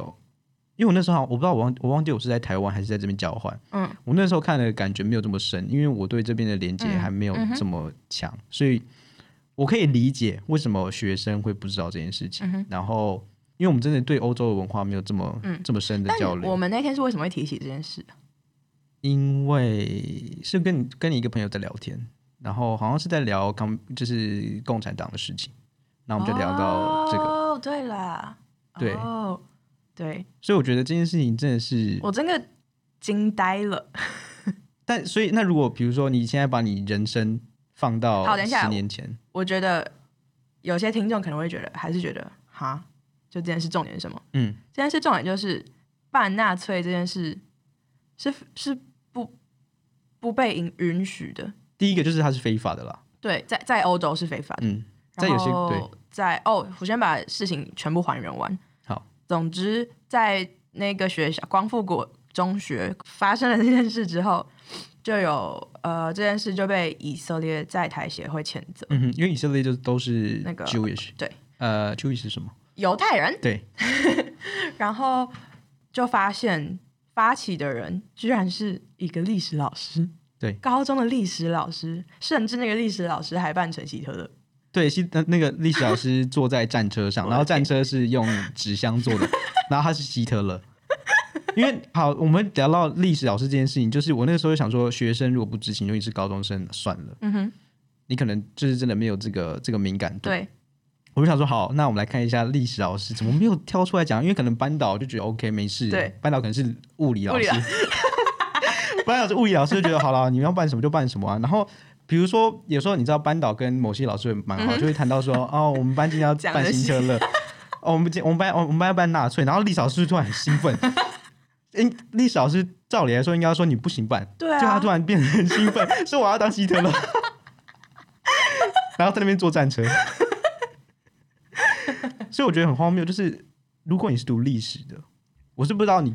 Speaker 1: 因为我那时候好像我不知道我忘我忘记我是在台湾还是在这边交换，
Speaker 2: 嗯，
Speaker 1: 我那时候看的感觉没有这么深，因为我对这边的连接
Speaker 2: 嗯
Speaker 1: 还没有这么强，所以我可以理解为什么学生会不知道这件事
Speaker 2: 嗯
Speaker 1: 情。然后，因为我们真的对欧洲的文化没有这么、这么深的
Speaker 2: 嗯但
Speaker 1: 交
Speaker 2: 我
Speaker 1: 流，
Speaker 2: 们那天是为什么会提起这件事？
Speaker 1: 因为是跟你跟你一个朋友在聊天，然后好像是在聊刚就是共产党的事情，那我们就聊到这个，
Speaker 2: 哦，对啦，
Speaker 1: 对
Speaker 2: 哦，对
Speaker 1: 所以我觉得这件事情真的是，
Speaker 2: 我真的惊呆了。
Speaker 1: 但所以那如果比如说你现在把你人生放到
Speaker 2: 好等一下
Speaker 1: 十年前，
Speaker 2: 我觉得有些听众可能会觉得，还是觉得哈，就这件事重点是什么？
Speaker 1: 嗯，
Speaker 2: 这件事重点就是办纳粹这件事是是不不被允允许的，
Speaker 1: 第一个就是它是非法的啦，
Speaker 2: 对，在在欧洲是非法的。
Speaker 1: 嗯，在
Speaker 2: 然
Speaker 1: 有些
Speaker 2: 后
Speaker 1: 对。
Speaker 2: 在哦，我先把事情全部还原完。
Speaker 1: 好，
Speaker 2: 总之在那个学校光复国中学发生了这件事之后，就有呃这件事就被以色列在台协会谴责，
Speaker 1: 嗯哼，因为以色列就都是
Speaker 2: 那个
Speaker 1: Jewish，
Speaker 2: 对，
Speaker 1: 呃，Jewish 是什么？
Speaker 2: 犹太人，
Speaker 1: 对，
Speaker 2: 然后就发现发起的人居然是一个历史老师。
Speaker 1: 对
Speaker 2: 高中的历史老师，甚至那个历史老师还扮成希特勒，
Speaker 1: 对，是呃那那个历史老 师坐在战车上，
Speaker 2: 我的
Speaker 1: 然后战车是用纸箱做的，然后他是希特勒。因为好，我们聊到历史老师这件事情，就是我那个时候就想说，学生如果不知情，尤其是高中生，算了，
Speaker 2: 嗯哼，
Speaker 1: 你可能就是真的没有这个这个敏感度。
Speaker 2: 对，
Speaker 1: 我就想说，好，那我们来看一下历史老师怎么没有挑出来讲，因为可能班导就觉得 OK 没事，
Speaker 2: 对，
Speaker 1: 班导可能是物理老
Speaker 2: 物理
Speaker 1: 师
Speaker 2: 老，
Speaker 1: 班导是物理老师就觉得好了，你们要办什么就办什么啊。然后比如说有时候你知道班导跟某些老师也蛮好，就会谈到说，哦，我们班今天要
Speaker 2: 嗯讲得
Speaker 1: 办新车乐，哦，我们今我们班我们班要办纳粹，然后历史老师突然很兴奋。诶，历史老师照理来说应该说你不行办，
Speaker 2: 对啊
Speaker 1: 就他突然变得很兴奋，说我要当希特勒，然后在那边坐战车，所以我觉得很荒谬。就是如果你是读历史的，我是不知道你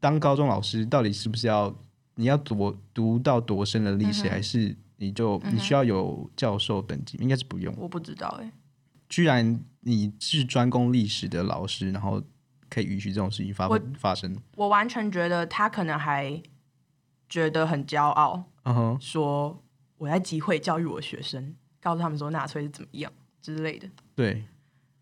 Speaker 1: 当高中老师到底是不是要你要多读到多深的历史，
Speaker 2: 嗯
Speaker 1: 还是你就你需要有教授等级？应该是不用。
Speaker 2: 我不知道哎、
Speaker 1: 居然你是专攻历史的老师，然后可以允许这种事情发
Speaker 2: 我
Speaker 1: 发生。
Speaker 2: 我完全觉得他可能还觉得很骄傲，
Speaker 1: 嗯哼，
Speaker 2: 说我在集会教育我学生，告诉他们说纳粹是怎么样之类的。
Speaker 1: 对，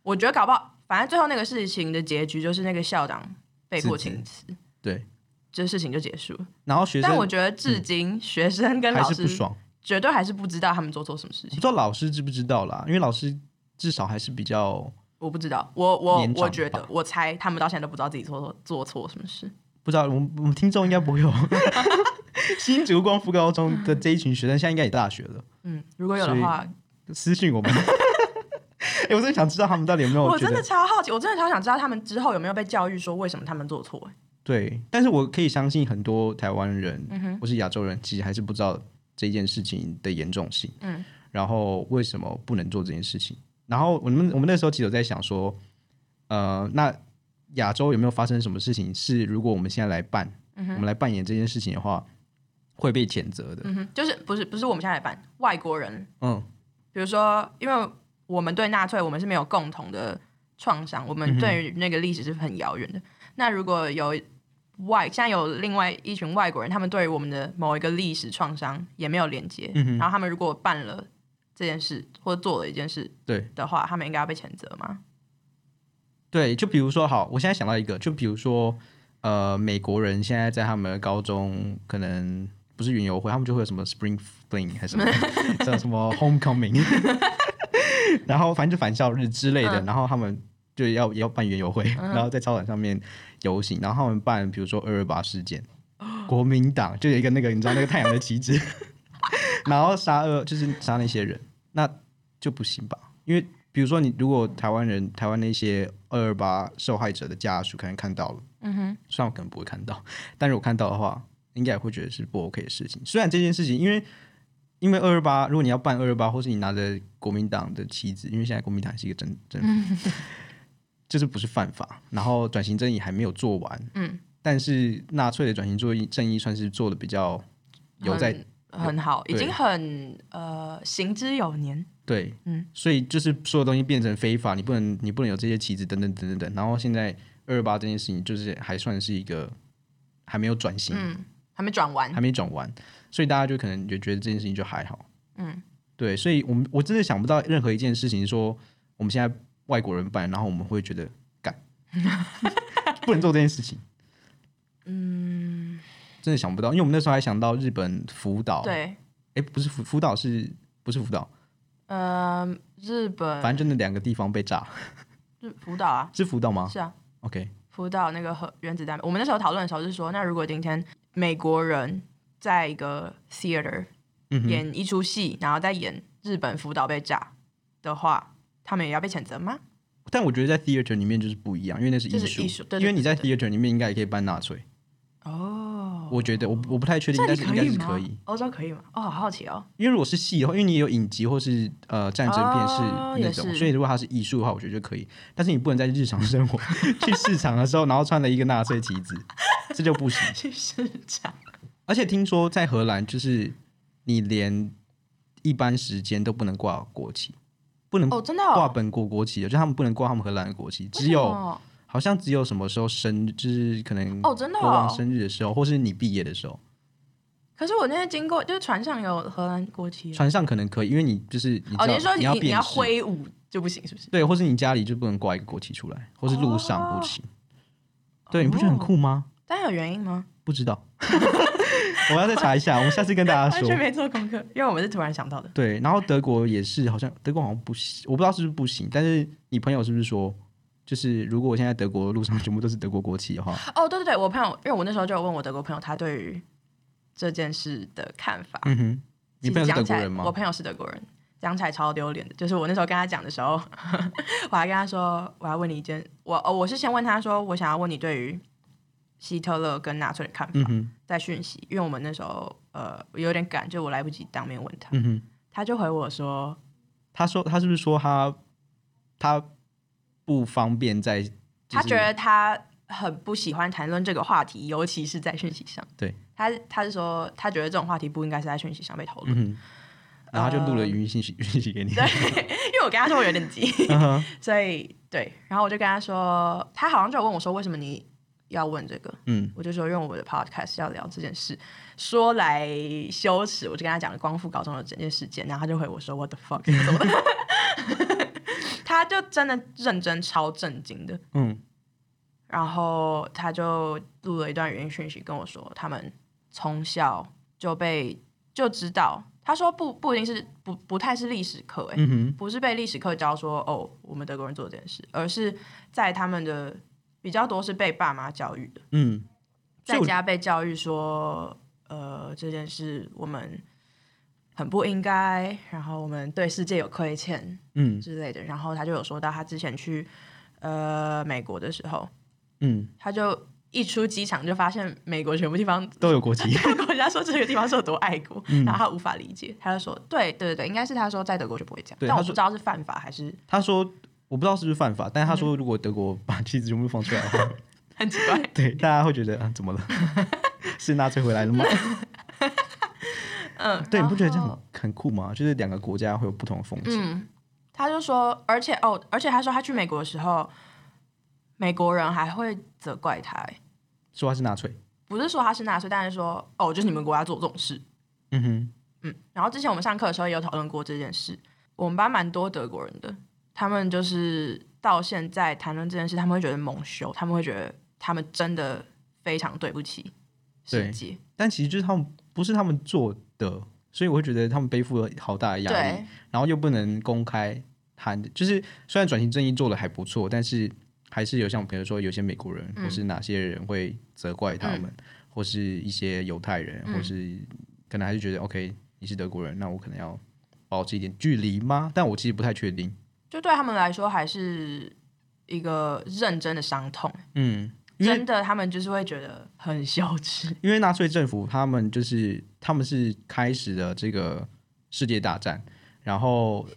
Speaker 2: 我觉得搞不好，反正最后那个事情的结局就是那个校长被迫
Speaker 1: 自己
Speaker 2: 请辞，
Speaker 1: 对。
Speaker 2: 这事情就结束了。
Speaker 1: 然后学生
Speaker 2: 但我觉得至今、学生跟
Speaker 1: 还
Speaker 2: 老
Speaker 1: 是不
Speaker 2: 师
Speaker 1: 爽，
Speaker 2: 绝对还是不知道他们做错什么事
Speaker 1: 我不
Speaker 2: 情
Speaker 1: 知。道老师知不知道啦，因为老师至少还是比较
Speaker 2: 我不知道，我我
Speaker 1: 年长吧
Speaker 2: 我觉得，我猜他们到现在都不知道自己做错做错什么事。
Speaker 1: 不知道，我们我们听众应该不 会有新竹光复高中的这一群学生，现在应该也大学了，
Speaker 2: 嗯，如果有的话，
Speaker 1: 私信我们。 哎、我真的想知道他们到底有没有
Speaker 2: 我
Speaker 1: 觉
Speaker 2: 真的
Speaker 1: 得
Speaker 2: 超好奇，我真的超想知道他们之后有没有被教育说为什么他们做错、欸
Speaker 1: 对，但是我可以相信很多台湾人、
Speaker 2: 嗯哼，
Speaker 1: 或是亚洲人，其实还是不知道这件事情的严重性，
Speaker 2: 嗯，
Speaker 1: 然后为什么不能做这件事情。然后我们我们那时候其实有在想说，呃，那亚洲有没有发生什么事情是如果我们现在来办，
Speaker 2: 嗯
Speaker 1: 我们来扮演这件事情的话，会被谴责的。
Speaker 2: 嗯哼，就是不是不是我们现在来办外国人，
Speaker 1: 嗯
Speaker 2: 比如说，因为我们对纳粹我们是没有共同的创伤，我
Speaker 1: 嗯
Speaker 2: 们
Speaker 1: 哼
Speaker 2: 对于那个历史是很遥远的。那如果有外现在有另外一群外国人，他们对于我们的某一个历史创伤也没有连接，
Speaker 1: 嗯哼
Speaker 2: 然后他们如果办了这件事或做了一件事
Speaker 1: 对
Speaker 2: 的话，他们应该要被谴责吗？
Speaker 1: 对，就比如说，好，我现在想到一个，就比如说，呃，美国人现在在他们的高中，可能不是云游会，他们就会有什么 Spring Fling 还是什么，叫什么 Homecoming，然后反正就返校日之类的，然后他们就要也要办园游会， 然后在操场上面游行，然后他们办比如说二二八事件，国民党就有一个那个你知道那个太阳的旗帜， 然后杀二就是杀那些人，那就不行吧？因为比如说你如果台湾人台湾那些二二八受害者的家属可能看到了，
Speaker 2: 嗯哼，
Speaker 1: 虽然我可能不会看到， 但是我看到的话，应该也会觉得是不 OK 的事情。虽然这件事情，因为因为二二八，如果你要办二二八，或是你拿着国民党的旗子，因为现在国民党还是一个政政府， 就是不是犯法。然后转型正义还没有做完，
Speaker 2: 嗯，
Speaker 1: 但是纳粹的转型正义正义算是做的比较有在
Speaker 2: 很很好，已
Speaker 1: 对
Speaker 2: 经很呃行之有年。
Speaker 1: 对，
Speaker 2: 嗯，
Speaker 1: 所以就是所有东西变成非法，你不能你不能有这些旗子等等等等等。然后现在二二八这件事情，就是还算是一个还没有转型，
Speaker 2: 嗯，还没转完
Speaker 1: 还。没转完，所以大家就可能就觉得这件事情就还好。
Speaker 2: 嗯，
Speaker 1: 对，所以我们我真的想不到任何一件事情说我们现在外国人办，然后我们会觉得干 不能做这件事情，
Speaker 2: 嗯，
Speaker 1: 真的想不到。因为我们那时候还想到日本福岛，，
Speaker 2: 对，
Speaker 1: 哎，不是福福岛是不是福岛？
Speaker 2: 呃，日本
Speaker 1: 反正就那两个地方被炸，
Speaker 2: 日福岛啊，
Speaker 1: 是福岛吗
Speaker 2: 是啊，
Speaker 1: ？OK，
Speaker 2: 福岛那个核原子弹。我们那时候讨论的时候是说，那如果今天美国人在一个 theater
Speaker 1: 嗯哼，
Speaker 2: 演一出戏，然后再演日本福岛被炸的话，他们也要被谴责吗？
Speaker 1: 但我觉得在 theater 里面就是不一样，因为那是艺
Speaker 2: 这是艺术
Speaker 1: 术，
Speaker 2: 对对
Speaker 1: 因为你在
Speaker 2: 对
Speaker 1: theater 里面应该也可以办纳粹。
Speaker 2: 哦，
Speaker 1: 我觉得我不我不太确定，
Speaker 2: 这
Speaker 1: 但
Speaker 2: 里
Speaker 1: 是应该是
Speaker 2: 吗？
Speaker 1: 可以，
Speaker 2: 欧洲可以吗？哦，好好奇哦。
Speaker 1: 因为如果是戏的话，因为你有影集或是呃战争片是
Speaker 2: 哦
Speaker 1: 那
Speaker 2: 也
Speaker 1: 种，
Speaker 2: 是
Speaker 1: 所以如果它是艺术的话，我觉得就可以。但是你不能在日常生 活去市场的时候，然后穿了一个纳粹旗子， 这就不行。
Speaker 2: 去市场，
Speaker 1: 而且听说在荷兰，就是你连一般时间都不能挂国旗，不能
Speaker 2: 哦，真的、
Speaker 1: 挂哦
Speaker 2: 哦，
Speaker 1: 本国国旗的，就他们不能挂他们荷兰的国旗，只
Speaker 2: 为
Speaker 1: 有
Speaker 2: 什么
Speaker 1: 好像只有什么时候生日，就是可能
Speaker 2: 哦真的
Speaker 1: 嗯
Speaker 2: 哦
Speaker 1: 国王生日的时候，或是你毕业的时候，
Speaker 2: 可是我那天经过，就是船上有荷兰国旗哦。
Speaker 1: 船上可能可以，因为你就是你知道
Speaker 2: 哦，你是说
Speaker 1: 要
Speaker 2: 你
Speaker 1: 辨
Speaker 2: 要
Speaker 1: 识
Speaker 2: 挥舞就不行，是不是？
Speaker 1: 对，或是你家里就不能挂一个国旗出来，或是路上
Speaker 2: 哦
Speaker 1: 不行。对，你不觉得很酷吗？
Speaker 2: 但有原因吗？
Speaker 1: 不知 道，我要再查一下，我们下次跟大家
Speaker 2: 完
Speaker 1: 说
Speaker 2: 全。没做功课，因为我们是突然想到的。
Speaker 1: 对，然后德国也是，好像德国好像不行，我不知道是不是不行，但是你朋友是不是说，就是如果我现在德国路上全部都是德国国旗的话，
Speaker 2: 哦，对对对，我朋友，因为我那时候就有问我德国朋友，他对于这件事的看法。
Speaker 1: 嗯哼，你
Speaker 2: 其
Speaker 1: 朋
Speaker 2: 实
Speaker 1: 友是德
Speaker 2: 讲起
Speaker 1: 国
Speaker 2: 来，
Speaker 1: 人吗
Speaker 2: 我？朋友是德国人，讲起来超丢脸的。就是我那时候跟他讲的时候， 我还跟他说，我要问你一件，我哦，我是先问他说，我想要问你对于希特勒跟纳粹的看法，
Speaker 1: 嗯哼，
Speaker 2: 在讯息，因为我们那时候呃有点赶，就我来不及当面问他，
Speaker 1: 嗯哼。
Speaker 2: 他就回我说，
Speaker 1: 他说他是不是说他他不方便在？就是
Speaker 2: 他觉得他很不喜欢谈论这个话题，尤其是在讯息上。
Speaker 1: 对
Speaker 2: 他，他是说他觉得这种话题不应该是在讯息上被讨论。
Speaker 1: 嗯哼，然后他就录了语音信息，讯息给你。
Speaker 2: 呃 因为我跟他说我有点急，
Speaker 1: 嗯哼
Speaker 2: 所以对，然后我就跟他说，他好像就有问我说为什么你要问这个，
Speaker 1: 嗯，
Speaker 2: 我就说用我的 podcast 要聊这件事，说来羞耻，我就跟他讲了光复高中的整件事件，然后他就回我说 What the fuck？什么的他就真的认真超震惊的，
Speaker 1: 嗯，
Speaker 2: 然后他就录了一段语音讯息跟我说，他们从小就被就知道，他说不不一定是不不太是历史课、欸，
Speaker 1: 嗯哼，
Speaker 2: 不是被历史课教说哦，我们德国人做这件事，而是在他们的比较多是被爸妈教育的，
Speaker 1: 嗯，所以
Speaker 2: 在
Speaker 1: 我
Speaker 2: 家被教育说，呃，这件事我们很不应该，然后我们对世界有亏欠
Speaker 1: 嗯
Speaker 2: 之类的。然后他就有说到他之前去呃美国的时候，
Speaker 1: 嗯，
Speaker 2: 他就一出机场就发现美国全部地方
Speaker 1: 都有国籍。
Speaker 2: 跟国家说这个地方是有多爱国，然后他无法理解，他就说对对对对，应该是他说在德国就不会这样，
Speaker 1: 对
Speaker 2: 但
Speaker 1: 他
Speaker 2: 我不
Speaker 1: 说
Speaker 2: 知道是犯法还是
Speaker 1: 他说我不知道是不是犯法，但是他说如果德国把妻子全部放出来的 话，
Speaker 2: 很奇怪。
Speaker 1: 对大家会觉得啊怎么了？ 是纳粹回来了吗？
Speaker 2: 嗯，
Speaker 1: 对，你
Speaker 2: 然
Speaker 1: 不觉得这
Speaker 2: 后
Speaker 1: 样很酷吗？就是两个国家会有不同的风景。
Speaker 2: 嗯，他就说，而且哦，而且他说他去美国的时候，美国人还会责怪他，欸
Speaker 1: 说他是纳粹，
Speaker 2: 不是说他是纳粹，但是说哦，就是你们国家做这种事。
Speaker 1: 嗯哼，
Speaker 2: 嗯，然后之前我们上课的时候也有讨论过这件事，我们班蛮多德国人的，他们就是到现在谈论这件事，他们会觉得蒙羞，他们会觉得他们真的非常对不起世
Speaker 1: 对
Speaker 2: 界，
Speaker 1: 但其实就是他们不是他们做的，所以我会觉得他们背负了好大的压力，
Speaker 2: 对
Speaker 1: 然后又不能公开谈，就是虽然转型正义做的还不错，但是还是有像比如说有些美国人、或是哪些人会责怪他们，或是一些犹太人，或是可能还是觉得 OK 你是德国人，那我可能要保持一点距离吗？但我其实不太确定，
Speaker 2: 就对他们来说还是一个认真的伤痛。欸
Speaker 1: 嗯，因为
Speaker 2: 真的，他们就是会觉得很羞耻。
Speaker 1: 因为纳粹政府他们就是他们是开始了这个世界大战，然后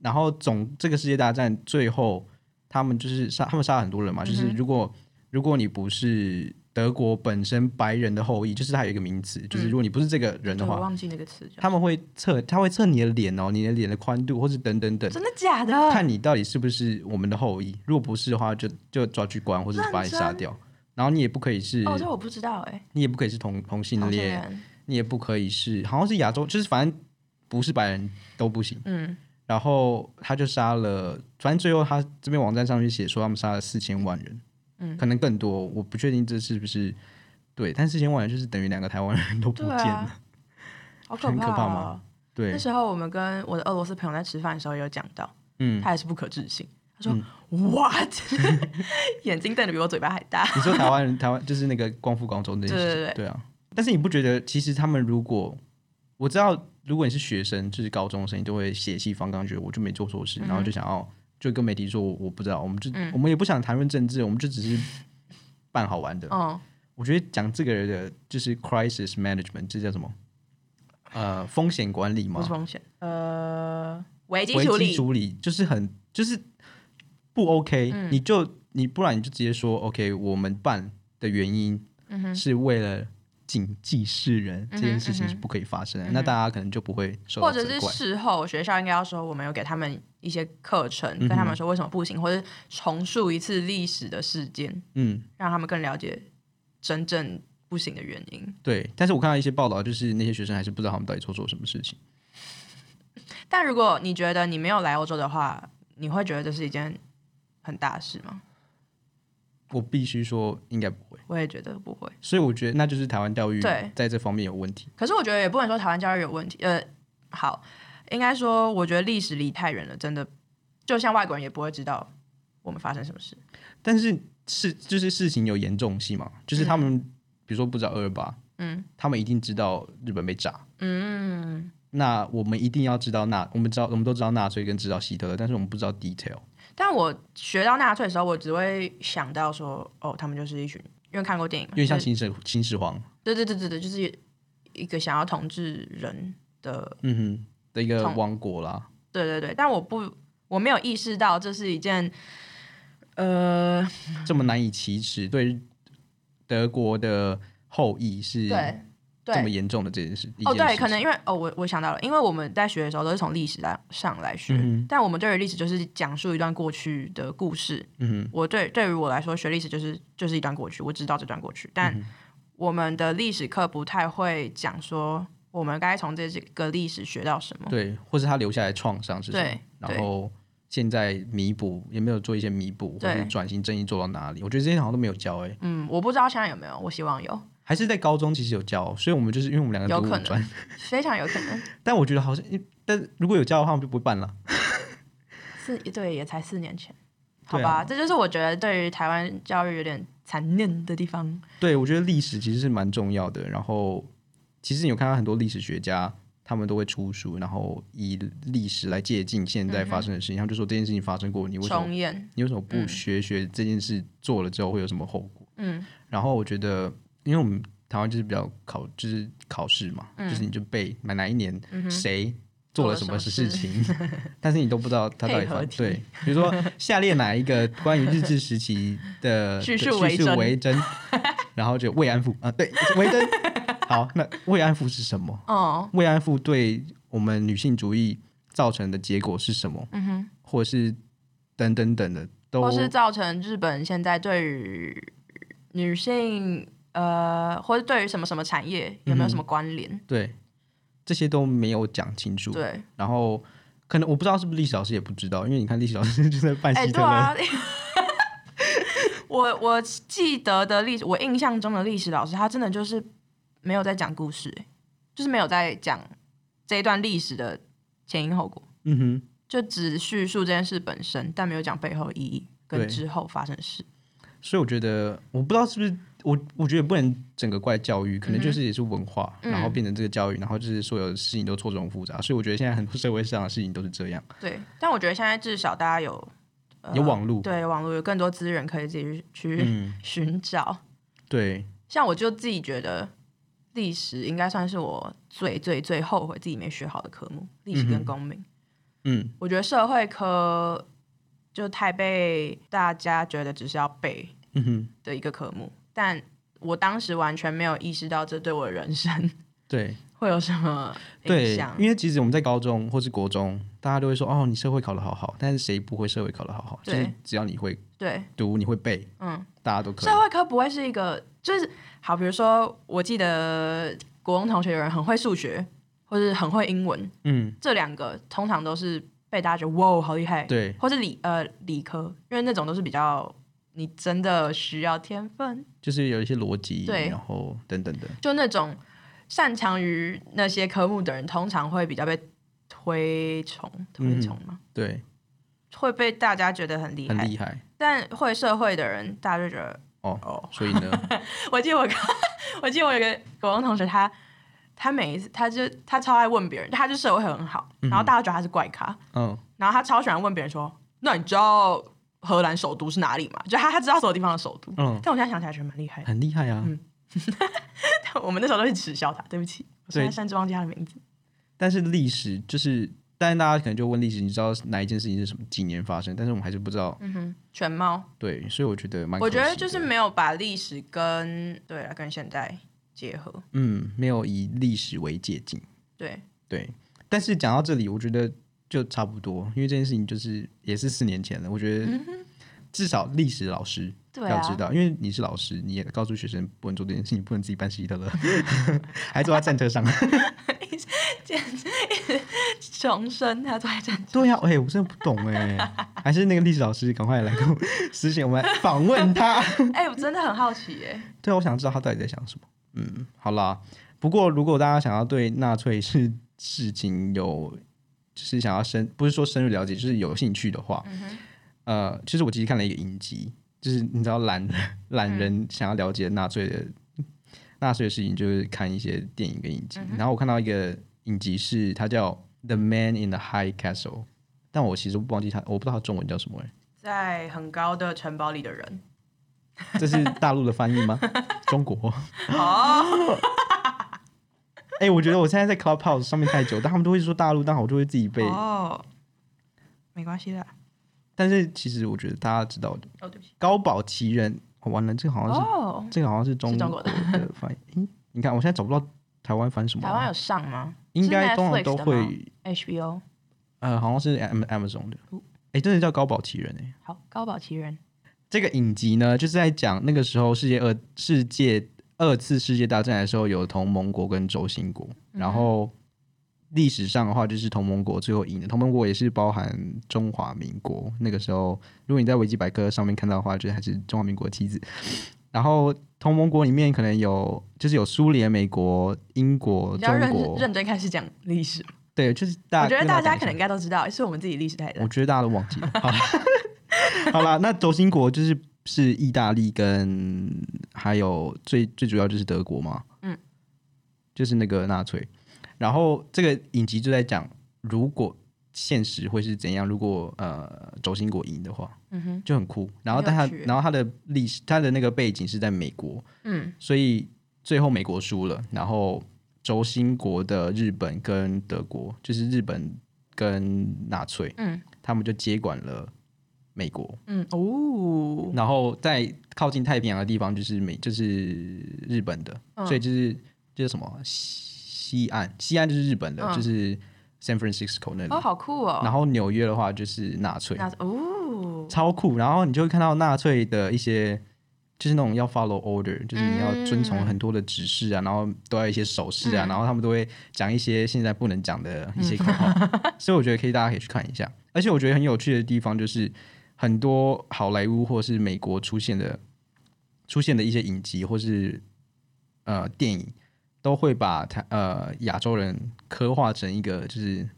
Speaker 1: 然后总这个世界大战最后他们就是杀他们杀了很多人
Speaker 2: 嗯
Speaker 1: 嘛，就是如果如果你不是德国本身白人的后裔，就是它有一个名词，
Speaker 2: 嗯
Speaker 1: 就是如果你不是这个人
Speaker 2: 对
Speaker 1: 的
Speaker 2: 我
Speaker 1: 话，
Speaker 2: 忘记那个词叫，
Speaker 1: 他们会测他会测你的脸哦，你的脸的宽度或是等等等。
Speaker 2: 真的假的？
Speaker 1: 看你到底是不是我们的后裔，如果不是的话就，就抓去关，或者是把你杀
Speaker 2: 认真
Speaker 1: 掉。然后你也不可以是，
Speaker 2: 哦，这我不知道哎、
Speaker 1: 你也不可以是同同性
Speaker 2: 同性
Speaker 1: 恋，
Speaker 2: 恋，
Speaker 1: 你也不可以是，好像是亚洲，就是反正不是白人都不行。
Speaker 2: 嗯，
Speaker 1: 然后他就杀了，反正最后他这边网站上面写说他们杀了四千万人，
Speaker 2: 嗯
Speaker 1: 可能更多，我不确定这是不是对，但四千万人就是等于两个台湾人都不
Speaker 2: 对
Speaker 1: 见了，
Speaker 2: 啊，好可
Speaker 1: 很可
Speaker 2: 怕
Speaker 1: 怕
Speaker 2: 哦
Speaker 1: 吗。对
Speaker 2: 那时候我们跟我的俄罗斯朋友在吃饭的时候有讲到，
Speaker 1: 嗯，
Speaker 2: 他也是不可置信，他说、what，眼睛瞪得比我嘴巴还 大。
Speaker 1: 你说台湾人，台湾就是那个光复广州那件事情，
Speaker 2: 对对对
Speaker 1: 啊。但是你不觉得，其实他们如果我知道，如果你是学生，就是高中生，你都会血气方刚，觉得我就没做错事，然后
Speaker 2: 嗯
Speaker 1: 就想要就跟媒体说，我我不知道，我们就、我们也不想谈论政治，我们就只是办好玩的。
Speaker 2: 嗯，
Speaker 1: 我觉得讲这个人的就是 crisis management，这叫什么？呃，风险管理
Speaker 2: 不
Speaker 1: 嘛
Speaker 2: 是，风险，呃，危机
Speaker 1: 危
Speaker 2: 处
Speaker 1: 机
Speaker 2: 理，
Speaker 1: 处理就是很就是不 OK，、你
Speaker 2: 嗯
Speaker 1: 就你不然你就直接说 OK，我们办的原因
Speaker 2: 嗯
Speaker 1: 是为了谨记世人、这件事
Speaker 2: 嗯
Speaker 1: 情是不可以发生的，那大家可能就不会受到
Speaker 2: 或者
Speaker 1: 责
Speaker 2: 是
Speaker 1: 怪。嗯
Speaker 2: 事后学校应该要说，我们有给他们一些课程，跟他们说为什么不行，或者重述一次历史的事件，
Speaker 1: 嗯，
Speaker 2: 让他们更了解真正不行的原因。
Speaker 1: 对。但是我看到一些报道，就是那些学生还是不知道他们到底做错什么事情。
Speaker 2: 但如果你觉得你没有来欧洲的话，你会觉得这是一件很大的事吗？
Speaker 1: 我必须说，应该不会。
Speaker 2: 我也觉得不会。
Speaker 1: 所以我觉得那就是台湾教育
Speaker 2: 对
Speaker 1: 在这方面有问题。
Speaker 2: 可是我觉得也不能说台湾教育有问题。呃，好，应该说我觉得历史离太远了，真的，就像外国人也不会知道我们发生什么事。
Speaker 1: 但是事就是事情有严重性嘛，就是他们、
Speaker 2: 嗯
Speaker 1: 比如说不知道二二八，嗯，他们一定知道日本被炸，
Speaker 2: 嗯，
Speaker 1: 那我们一定要知道纳，我们知道我们都知道纳粹跟知道希特勒，但是我们不知道 detail。
Speaker 2: 但我学到纳粹的时候，我只会想到说，哦，他们就是一群，因为看过电影嘛，
Speaker 1: 因为像
Speaker 2: 就是
Speaker 1: 秦始秦始皇，
Speaker 2: 对对对对对，就是一个想要统治人的，
Speaker 1: 嗯哼的一个
Speaker 2: 从
Speaker 1: 王国啦，
Speaker 2: 对对对，但我不，我没有意识到这是一件，呃，
Speaker 1: 这么难以启齿，对德国的后裔是
Speaker 2: 对
Speaker 1: 这么
Speaker 2: 对
Speaker 1: 严重的这件事。一
Speaker 2: 哦，
Speaker 1: 件
Speaker 2: 对，
Speaker 1: 事
Speaker 2: 可能
Speaker 1: 情
Speaker 2: 因为哦，我我想到了，因为我们在学的时候都是从历史来上来
Speaker 1: 嗯
Speaker 2: 学，
Speaker 1: 哼
Speaker 2: 但我们对于历史就是讲述一段过去的故事。
Speaker 1: 嗯
Speaker 2: 我对对于我来说，学历史就是就是一段过去，我知道这段过去，
Speaker 1: 嗯
Speaker 2: 但我们的历史课不太会讲说我们该从这几个历史学到什么
Speaker 1: 哼，。对，或是他留下来创伤是什么
Speaker 2: 对，
Speaker 1: 然后现在弥补也没有做一些弥补，或
Speaker 2: 对
Speaker 1: 是转型正义做到哪里？我觉得这些好像都没有教哎、
Speaker 2: 嗯，我不知道现在有没有，我希望有，
Speaker 1: 还是在高中其实有教，所以我们就是因为我们两个
Speaker 2: 有
Speaker 1: 读
Speaker 2: 可
Speaker 1: 五
Speaker 2: 能
Speaker 1: 专，
Speaker 2: 非常有可能
Speaker 1: 但我觉得好像，但如果有教的话，我们就不会办了。
Speaker 2: 四对，也才四年前，好
Speaker 1: 对啊
Speaker 2: 吧，这就是我觉得对于台湾教育有点残念的地方。
Speaker 1: 对，我觉得历史其实是蛮重要的。然后，其实你有看到很多历史学家，他们都会出书，然后以历史来借鉴现
Speaker 2: 嗯
Speaker 1: 在发生的事情。他们就说这件事情发生过，你为什
Speaker 2: 重
Speaker 1: 么
Speaker 2: 演，
Speaker 1: 你为什么不学学这件事做了之后会有什么后果？
Speaker 2: 嗯，
Speaker 1: 然后我觉得，因为我们台湾就是比较考，就是考试嘛，就是你就背哪哪一年谁。做
Speaker 2: 嗯做
Speaker 1: 了
Speaker 2: 了
Speaker 1: 什
Speaker 2: 什
Speaker 1: 么
Speaker 2: 么
Speaker 1: 事
Speaker 2: 事
Speaker 1: 情， 但是你都不知道他到底
Speaker 2: 配合
Speaker 1: 犯
Speaker 2: 题
Speaker 1: 对。比如说下列哪一个关于日治时期的 的
Speaker 2: 叙述为真
Speaker 1: 为 真，然后就慰安妇啊，对，为真。好，那慰安妇是什么？
Speaker 2: 哦，
Speaker 1: 慰安妇对我们女性主义造成的结果是什么？
Speaker 2: 嗯哼，
Speaker 1: 或者是等等等的，都
Speaker 2: 或是造成日本现在对于女性呃，或者对于什么什么产业有没
Speaker 1: 嗯
Speaker 2: 有什么关联？
Speaker 1: 对，这些都没有讲清楚。
Speaker 2: 对，
Speaker 1: 然后可能我不知道是不是历史老师也不知道，因为你看历史老师 就在办
Speaker 2: 哎、
Speaker 1: 希特
Speaker 2: 对
Speaker 1: 勒。
Speaker 2: 啊。 我我记得的历史，我印象中的历史老师，他真的就是没有在讲故事、哎就是没有在讲这一段历史的前因后果，
Speaker 1: 嗯哼。
Speaker 2: 就只叙述这件事本身，但没有讲背后意义
Speaker 1: 对
Speaker 2: 跟之后发生的事。
Speaker 1: 所以我觉得，我不知道是不是我，我觉得不能整个怪教育，可
Speaker 2: 嗯
Speaker 1: 能就是也是文化，然后变成这个教育，然后就是所有的事情都错综复杂。所以我觉得现在很多社会上的事情都是这样，
Speaker 2: 对，但我觉得现在至少大家有、呃
Speaker 1: 有网络
Speaker 2: 对网络有更多资源可以自己去去
Speaker 1: 嗯，
Speaker 2: 寻找。
Speaker 1: 对，
Speaker 2: 像我就自己觉得历史应该算是我最最最后悔自己没学好的科目，历史
Speaker 1: 嗯哼
Speaker 2: 跟公民。
Speaker 1: 嗯，
Speaker 2: 我觉得社会科就太被大家觉得只是要背
Speaker 1: 嗯哼，
Speaker 2: 的一个科目，但我当时完全没有意识到这对我的人生
Speaker 1: 对
Speaker 2: 会有什么影
Speaker 1: 对
Speaker 2: 响，。
Speaker 1: 因为其实我们在高中或是国中，大家都会说哦，你社会考得好好，但是谁不会社会考得好好？就
Speaker 2: 对
Speaker 1: 是只要你会
Speaker 2: 对，
Speaker 1: 读，你会背，
Speaker 2: 嗯，
Speaker 1: 大家都可以
Speaker 2: 社。会科不会是一个，就是好，比如说，我记得国中同学有人很会数学，或是很会英文，
Speaker 1: 嗯，
Speaker 2: 这两个通常都是被大家觉得哇，哦好厉害，，
Speaker 1: 对，
Speaker 2: 或是理呃理科，因为那种都是比较你真的需要天分，
Speaker 1: 就是有一些逻辑，
Speaker 2: 对
Speaker 1: 然后等等的，
Speaker 2: 就那种擅长于那些科目的人，通常会比较被推崇，推崇嘛，
Speaker 1: 对，
Speaker 2: 会被大家觉得很
Speaker 1: 嗯
Speaker 2: 厉
Speaker 1: 很
Speaker 2: 害，
Speaker 1: 厉害
Speaker 2: 但会社会的人，大家就觉得
Speaker 1: 哦。
Speaker 2: 哦，
Speaker 1: 所以呢，
Speaker 2: 我记得我，我记得我有个国中同学，他他每一次他就他超爱问别人，他就社会很好，然后大家觉得他是怪咖，
Speaker 1: 嗯，
Speaker 2: 然后他超喜欢问别人说：“那你知道荷兰首都是哪里吗？”就他他知道所有地方的首都。
Speaker 1: 嗯
Speaker 2: 但我现在想起来觉得蛮厉害的，
Speaker 1: 很厉害啊。
Speaker 2: 嗯我们那时候都是耻笑他，对不起，我
Speaker 1: 对
Speaker 2: 现在甚至忘记他的名字。
Speaker 1: 但是历史就是，但是大家可能就问历史，你知道哪一件事情是什么几年发生，但是我们还是不知道。
Speaker 2: 嗯哼，全貌，
Speaker 1: 对，所以我觉得蛮可
Speaker 2: 我
Speaker 1: 惜的，
Speaker 2: 觉得就是没有把历史跟对了跟现代结合，
Speaker 1: 嗯，没有以历史为借鉴。
Speaker 2: 对，
Speaker 1: 对，但是讲到这里，我觉得就差不多，因为这件事情就是也是四年前了。我觉得至少历史老师
Speaker 2: 嗯对
Speaker 1: 要
Speaker 2: 啊
Speaker 1: 知道，因为你是老师，你也告诉学生不能做这件事情，不能自己搬希特勒， 还坐在战车上。
Speaker 2: 重生他都在 这，
Speaker 1: 对呀、哎、我真的不懂哎、还是那个历史老师赶快来跟我 私信，我们来访问他。
Speaker 2: 哎、我真的很好奇耶、
Speaker 1: 对，啊我想知道他到底在想什么。嗯，好啦。不过，如果大家想要对纳粹是事情有，就是想要深，不是说深入了解，就是有兴趣的话，呃，其实我其实看了一个影集，就是你知道懒懒人想要了解纳粹的纳粹的事情，就是看一些电影跟影集。然后我看到一个影集是它叫《The Man in the High Castle》，但我其实忘记它，我不知道它中文叫什么、欸。
Speaker 2: 在很高的城堡里的 人，
Speaker 1: 这是大陆的翻译吗？ 中国？
Speaker 2: 哦，
Speaker 1: 哎、我觉得我现在在 Clubhouse 上面太久，但他们都会说大陆，但我就会自己背。
Speaker 2: 哦，没关系的。
Speaker 1: 但是其实我觉得大家知道的，
Speaker 2: 哦，对不起。
Speaker 1: 高保奇人、哦完了，这个好像是、
Speaker 2: 哦，
Speaker 1: 这个好像是中
Speaker 2: 是中国
Speaker 1: 的翻译。诶你看，我现在找不到台湾翻什么啊？
Speaker 2: 台湾有上吗？
Speaker 1: 应该
Speaker 2: 是
Speaker 1: 通常
Speaker 2: Netflix
Speaker 1: 都
Speaker 2: 的吗
Speaker 1: 会，
Speaker 2: HBO。
Speaker 1: 呃，好像是 Am- Amazon 的
Speaker 2: 哦。
Speaker 1: 哎，真的叫《高保奇人》哎。
Speaker 2: 好，《高保奇人》
Speaker 1: 这个影集呢，就是在讲那个时候世界二世界二次世界大战的时候，有同盟国跟轴心国，
Speaker 2: 嗯
Speaker 1: 然后历史上的话就是同盟国最后赢的，同盟国也是包含中华民国。那个时候，如果你在维基百科上面看到的话，就是还是中华民国的妻子。然后同盟国里面可能有，就是有苏联、美国、英国、
Speaker 2: 你
Speaker 1: 中
Speaker 2: 要认
Speaker 1: 国，
Speaker 2: 认真开始讲历史，
Speaker 1: 对，就是大。
Speaker 2: 我觉得
Speaker 1: 跟
Speaker 2: 大
Speaker 1: 讲
Speaker 2: 家
Speaker 1: 一
Speaker 2: 可
Speaker 1: 下
Speaker 2: 能应该都知道，是我们自己历史太
Speaker 1: 我
Speaker 2: 烂。
Speaker 1: 觉得大家都忘记了。好啦，好啦，那轴心国就是是意大利跟还有最最主要就是德国嘛，
Speaker 2: 嗯，
Speaker 1: 就是那个纳粹。然后这个影集就在讲，如果现实会是怎样，如果呃轴心国赢的话，
Speaker 2: 嗯哼，
Speaker 1: 就很酷。然后
Speaker 2: 很
Speaker 1: 但
Speaker 2: 有
Speaker 1: 它
Speaker 2: 趣
Speaker 1: 然后它的历史它的那个背景是在美国，
Speaker 2: 嗯，
Speaker 1: 所以最后美国输了，然后轴心国的日本跟德国，就是日本跟纳粹，
Speaker 2: 嗯，
Speaker 1: 他们就接管了美国，
Speaker 2: 嗯，哦，
Speaker 1: 然后在靠近太平洋的地方就是美，就是日本的，
Speaker 2: 嗯
Speaker 1: 所以就是就是什么西西岸，西岸就是日本的，
Speaker 2: 嗯
Speaker 1: 就是 San Francisco 那里，
Speaker 2: 哦，好酷哦。
Speaker 1: 然后纽约的话就是纳粹，
Speaker 2: 那哦，
Speaker 1: 超酷。然后你就会看到纳粹的一些，就是那种要 follow order，就是你要遵从很多的指示啊，然后都要有一些手势啊，然后他们都会讲一些现在不能讲的一些口号，所以我觉得可以大家可以去看一下。而且我觉得很有趣的地方就是，很多好莱坞或是美国出现的出现的一些影集或是呃电影。都会把他呃亚洲人刻画成一个就是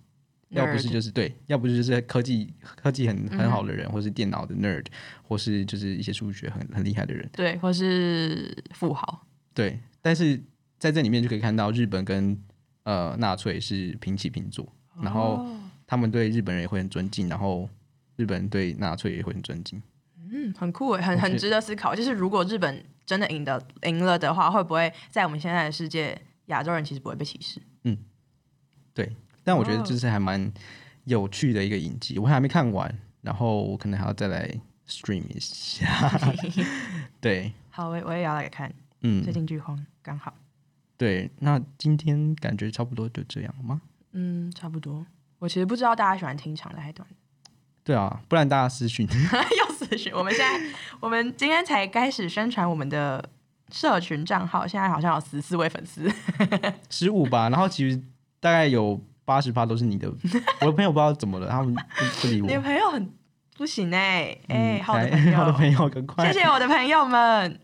Speaker 1: 要不是
Speaker 2: Nerd
Speaker 1: 就是对，要不是就是科技科技很
Speaker 2: 嗯
Speaker 1: 很好的人，或是电脑的 nerd，或是就是一些数学很很厉害的人，
Speaker 2: 对，或是富豪，
Speaker 1: 对。但是在这里面就可以看到，日本跟呃纳粹是平起平坐，然后
Speaker 2: 哦
Speaker 1: 他们对日本人也会很尊敬，然后日本人对纳粹也会很尊敬。
Speaker 2: 嗯，很酷耶，很
Speaker 1: 我觉
Speaker 2: 很
Speaker 1: 得
Speaker 2: 值得思考。就是如果日本真的赢得赢了的话，会不会在我们现在的世界，亚洲人其实不会被歧视？
Speaker 1: 但我觉得
Speaker 2: 哦
Speaker 1: 这是还蛮有趣的一个影集，我还没看完，然后我可能还要再来 stream 一下。对，
Speaker 2: 好，我也我也要来看，
Speaker 1: 嗯
Speaker 2: 最，近剧荒刚好，
Speaker 1: 对。那今天感觉差不多就这样吗？
Speaker 2: 嗯，差不多。我其实不知道大家喜欢听长的还是短的。
Speaker 1: 对啊，不然大家私讯。
Speaker 2: 又私讯。我们现在，我们今天才开始宣传我们的社群账号，现在好像有十四位粉丝。
Speaker 1: 十五吧，然后其实大概有八十趴都是你 的。我的朋友不知道怎么了，他们不不理我
Speaker 2: 你的。朋友很不行哎、
Speaker 1: 嗯
Speaker 2: 哎、好的
Speaker 1: 来好的
Speaker 2: 朋友，
Speaker 1: 朋友，赶快。
Speaker 2: 谢谢我的朋友们。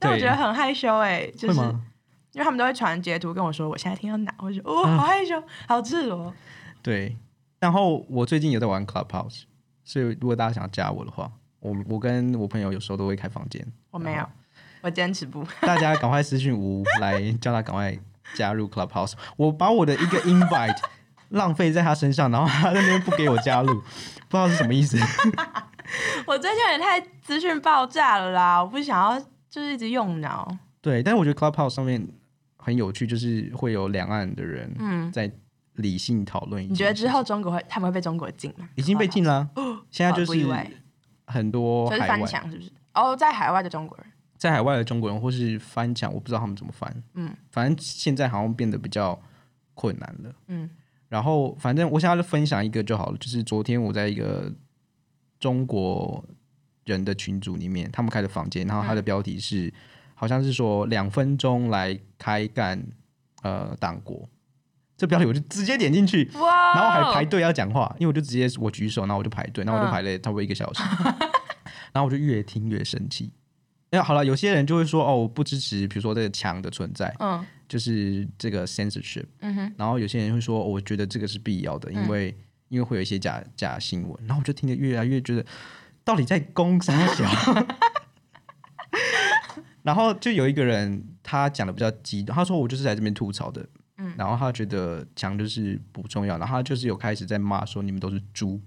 Speaker 2: 但我
Speaker 1: 对
Speaker 2: 觉得很害羞哎、就
Speaker 1: 会
Speaker 2: 是
Speaker 1: 吗？
Speaker 2: 因为他们都会传截图跟我说我现在听到哪，我就哦
Speaker 1: 啊
Speaker 2: 好害羞，好赤裸。
Speaker 1: 对。然后我最近有在玩 Clubhouse，所以如果大家想要加我的话，我我跟我朋友有时候都会开房 间，
Speaker 2: 我没有，
Speaker 1: 哦
Speaker 2: 我坚 持不。
Speaker 1: 大家赶快私讯吴来叫他赶快加入 Clubhouse。我把我的一个 invite 浪费在他身上，然后他在那边不给我加入，不知道是什么意思。
Speaker 2: 我最近也太资讯爆炸了啦，我不想要就是一直用脑。
Speaker 1: 对，但是我觉得 Clubhouse 上面很有趣，就是会有两岸的人
Speaker 2: 嗯，
Speaker 1: 在理性讨论一件事情。
Speaker 2: 你觉得之后中国会他们会被中国禁吗？
Speaker 1: 已经被禁了啊、现在
Speaker 2: 哦
Speaker 1: 就
Speaker 2: 不意外
Speaker 1: 是很多
Speaker 2: 就是
Speaker 1: 海
Speaker 2: 翻
Speaker 1: 外
Speaker 2: 墙是不是？哦，在海外的中国人，
Speaker 1: 在海外的中国人或是翻墙，我不知道他们怎么翻。
Speaker 2: 嗯，
Speaker 1: 反正现在好像变得比较困难了。
Speaker 2: 嗯，
Speaker 1: 然后反正我想要分享一个就好了，就是昨天我在一个中国人的群组里面，他们开的房间，然后他的标题是、好像是说两分钟来开干呃党国，这标题我就直接点进去。
Speaker 2: 哇哦
Speaker 1: 然后还排队要讲话，因为我就直接我举手，然后我就排队，然后我就
Speaker 2: 嗯
Speaker 1: 排了差不多一个小时，然后我就越听越生气。那好了，有些人就会说哦，我不支持，比如说这个墙的存在，
Speaker 2: 嗯
Speaker 1: 就是这个 censorship。
Speaker 2: 嗯哼，
Speaker 1: 然后有些人会说，哦我觉得这个是必要的，因为、因为会有一些假假新闻。然后我就听得越来越觉得，到底在攻啥小？ 然后就有一个人，他讲的比较激动，他说我就是在这边吐槽的，嗯，然后他觉得强就是不重要，然后他就是有开始在骂说你们都是猪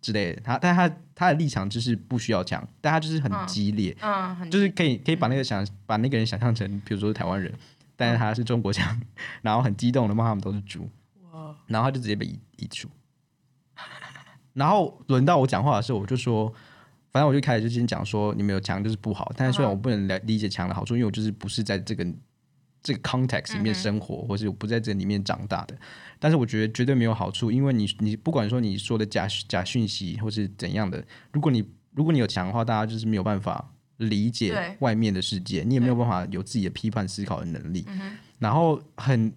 Speaker 1: 之类的。他但他他的立场就是不需要强，但他就是很激烈，
Speaker 2: 嗯，很
Speaker 1: 就是可以可以把那个想把那个人想象成，比如说是台湾人，但是他是中国腔，然后很激动的骂他们都是猪，然后他就直接被移移除。然后轮到我讲话的时候，我就说，反正我就开
Speaker 4: 嗯
Speaker 1: 始就先讲说，你们有强就是不好，但是虽然我不能了理解强的好处，因为我就是不是在这个这个 context 里
Speaker 4: 嗯哼
Speaker 1: 面生活，或是我不在这里面长大的。但是我觉得绝对没有好处，因为你你不管说你说的假假讯息或是怎样的，如果你如果你有强化，大家就是没有办法理
Speaker 4: 对
Speaker 1: 解外面的世界，你也没有办法有自己的批判思考的能力。
Speaker 4: 嗯哼
Speaker 1: 然后很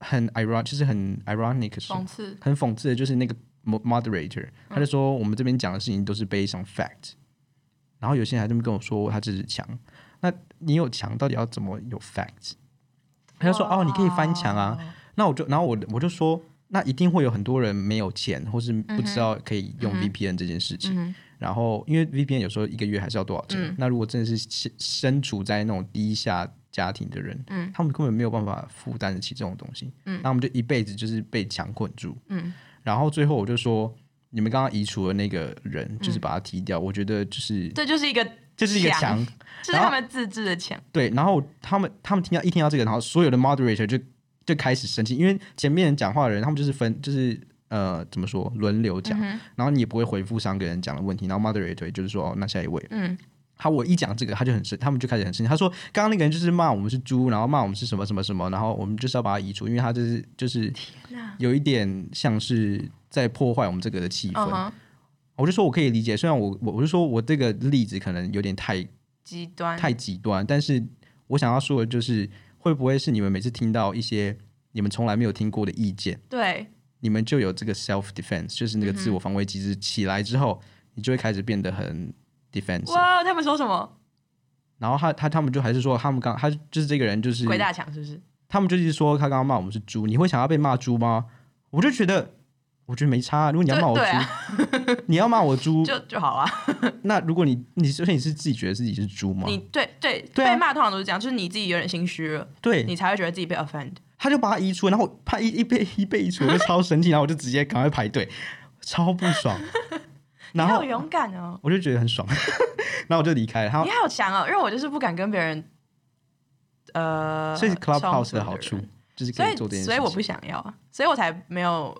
Speaker 1: 很 ironic，就是很 ironic，是
Speaker 4: 讽刺，嗯
Speaker 1: 很讽刺的就是那个 mo- moderator，他就说我们这边讲的事情都是 based on fact，然后有些人还这么跟我说他只是强，那你有强到底要怎么有 fact？他就说哦，你可以翻墙啊，那我就然后我我就说。那一定会有很多人没有钱，或是不知道可以用 VPN 这件事情。然后，因为 VPN 有时候一个月还是要多少钱？那如果真的是身身处在那种低下家庭的人，他们根本没有办法负担得起这种东西。那我们就一辈子就是被强困住。然后最后我就说，你们刚刚移除的那个人，就是把他踢掉，我觉得就是
Speaker 2: 这就是一个，
Speaker 1: 这是一个
Speaker 2: 墙
Speaker 1: 墙，
Speaker 2: 这是他们自制的墙。
Speaker 1: 对。然后他们他们听到一听到这个，然后所有的 moderator 就就开始生气，因为前面讲话的人，他们就是分就是。呃，怎么说轮流
Speaker 4: 嗯
Speaker 1: 讲，然后你也不会回复上个人讲的问题，然后 moderator 就是说，哦，那下一位，
Speaker 4: 嗯，
Speaker 1: 他我一讲这个，他就很生，他们就开始很生气。他说，刚刚那个人就是骂我们是猪，然后骂我们是什么什么什么，然后我们就是要把他移除，因为他就是就是有一点像是在破坏我们这个的气氛。
Speaker 4: 嗯哼，
Speaker 1: 我就说我可以理解，虽然我我我就说我这个例子可能有点太
Speaker 2: 极端，
Speaker 1: 太极端，但是我想要说的就是，会不会是你们每次听到一些你们从来没有听过的意见，
Speaker 2: 对，
Speaker 1: 你们就有这个 self defense，就是那个
Speaker 2: 嗯
Speaker 1: 自我防卫机制起来之后，你就会开始变得很 defensive。
Speaker 2: 哇，他们说什么？
Speaker 1: 然后他他他们就还是说他们刚他就是这个人就是
Speaker 2: 鬼打墙是不是？
Speaker 1: 他们就一直说他刚刚骂我们是猪，你会想要被骂猪吗？我就觉得我觉得没差啊，如果你要骂我
Speaker 2: 对
Speaker 1: 猪，
Speaker 2: 对啊
Speaker 1: 你要骂我猪，
Speaker 2: 就就好啊。
Speaker 1: 那如果你你首先你是自己觉得自己是猪吗？
Speaker 2: 你对对，
Speaker 1: 对啊
Speaker 2: 被骂通常都是这样，就是你自己有点心虚了，
Speaker 1: 对，
Speaker 2: 你才会觉得自己被 offend。
Speaker 1: 他就把它移除，然后他一一被一被移除，我就超生气，然后我就直接赶快排队，超不 爽。
Speaker 2: 你
Speaker 1: 然
Speaker 2: 好
Speaker 1: 后
Speaker 2: 勇敢哦，
Speaker 1: 我就觉得很爽， 然后我就离开了。然后
Speaker 2: 你好强哦，因为我就是不敢跟别人，呃，
Speaker 1: 所以是 Clubhouse
Speaker 2: 冲突
Speaker 1: 的好处
Speaker 2: 人
Speaker 1: 就是可
Speaker 2: 所
Speaker 1: 以做这
Speaker 2: 以
Speaker 1: 件事情。
Speaker 2: 所以我不想要啊，所以我才没有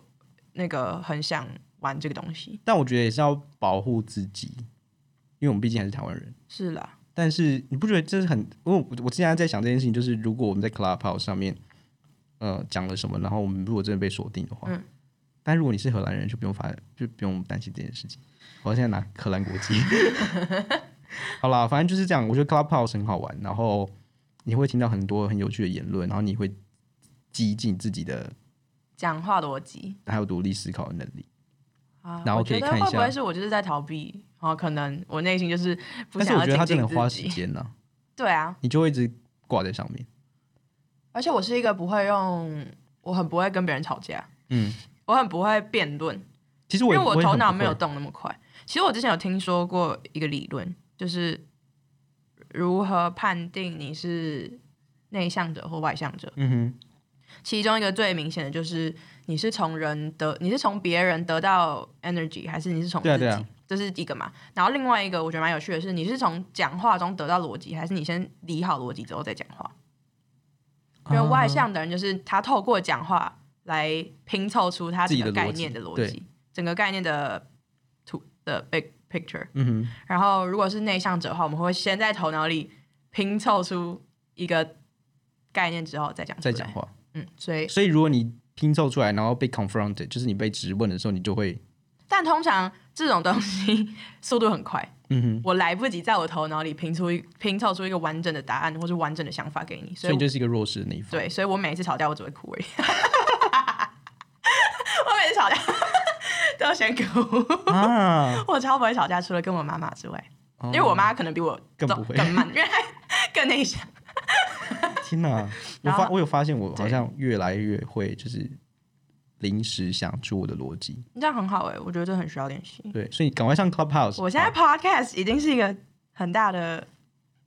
Speaker 2: 那个很想玩这个东西。
Speaker 1: 但我觉得也是要保护自己，因为我们毕竟还是台湾人。
Speaker 2: 是啦，
Speaker 1: 但是你不觉得这是很？因为我我之前还在想这件事情，就是如果我们在 Clubhouse 上面，呃，讲了什么，然后我们如果真的被锁定的话，
Speaker 2: 嗯
Speaker 1: 但如果你是荷兰人，就不用发，就不用担心这件事情。我现在拿荷兰国 籍，好啦，反正就是这样。我觉得 Clubhouse 很好玩，然后你会听到很多很有趣的言论，然后你会激进自己的，
Speaker 2: 讲话逻辑
Speaker 1: 还有独立思考的能力。
Speaker 2: 啊，
Speaker 1: 然后
Speaker 2: 我
Speaker 1: 可以
Speaker 2: 觉得
Speaker 1: 看一下
Speaker 2: 会不会是我就是在逃避？哦，可能我内心就是
Speaker 1: 但
Speaker 2: 不
Speaker 1: 是
Speaker 2: 想
Speaker 1: 我
Speaker 2: 要
Speaker 1: 觉得他
Speaker 2: 精
Speaker 1: 真的
Speaker 2: 进
Speaker 1: 很花
Speaker 2: 自
Speaker 1: 时
Speaker 2: 己。
Speaker 1: 间呢、
Speaker 2: 对啊，
Speaker 1: 你就会一直挂在上面。
Speaker 2: 而且我是一个不会用，我很不会跟别人吵架，
Speaker 1: 嗯，
Speaker 2: 我很不会辩论，
Speaker 1: 其实
Speaker 2: 因
Speaker 1: 我
Speaker 2: 为
Speaker 1: 也
Speaker 2: 我
Speaker 1: 不会
Speaker 2: 头
Speaker 1: 很
Speaker 2: 脑
Speaker 1: 不
Speaker 2: 没有
Speaker 1: 会
Speaker 2: 动那么快。其实我之前有听说过一个理论，就是如何判定你是内向者或外向者。
Speaker 1: 嗯哼，
Speaker 2: 其中一个最明显的就是你是从人得，你是从别人得到 energy，还是你是从自
Speaker 1: 对
Speaker 2: 己？
Speaker 1: 啊对啊
Speaker 2: 这是一个嘛。然后另外一个我觉得蛮有趣的是，你是从讲话中得到逻辑，还是你先理好逻辑之后再讲话？
Speaker 1: 啊
Speaker 2: 因为外向的人就是他透过讲话来拼凑出他整
Speaker 1: 自己
Speaker 2: 个
Speaker 1: 的逻
Speaker 2: 概
Speaker 1: 辑
Speaker 2: 念的逻
Speaker 1: 对
Speaker 2: 辑，整个概念的图的 big picture。
Speaker 1: 嗯
Speaker 2: 然后如果是内向者的话，我们会先在头脑里拼凑出一个概念之后再讲
Speaker 1: 哼，
Speaker 2: 出
Speaker 1: 在
Speaker 2: 来。
Speaker 1: 讲话。
Speaker 2: 嗯，所以
Speaker 1: 所以如果你拼凑出来，然后被 confronted，就是你被质问的时候，你就会，
Speaker 2: 但通常这种东西 速度很快，
Speaker 1: 嗯哼，
Speaker 2: 我来不及在我头脑里拼出一拼凑出一个完整的答案或是完整的想法给你，
Speaker 1: 所
Speaker 2: 所
Speaker 1: 以
Speaker 2: 以我
Speaker 1: 你就是一个弱势的那一方。
Speaker 2: 对，所以我每一次吵架我只会哭而已。 我每次吵架都要先哭，
Speaker 1: 啊，
Speaker 2: 我超不会吵架，除了跟我妈妈之外，
Speaker 1: 哦
Speaker 2: 因为 我妈可能比我
Speaker 1: 更
Speaker 2: 都
Speaker 1: 不会
Speaker 2: 更慢，因为她更内向。
Speaker 1: 天 哪，我
Speaker 2: 然
Speaker 1: 发
Speaker 2: 后
Speaker 1: 我有发现，我
Speaker 2: 对
Speaker 1: 好像越来越会就是临时想出我的逻辑。
Speaker 2: 这样很好哎、我觉得这很需要练习。
Speaker 1: 对，所以你赶快上 Clubhouse。
Speaker 2: 我现在
Speaker 1: 好
Speaker 2: podcast 已经是一个很大的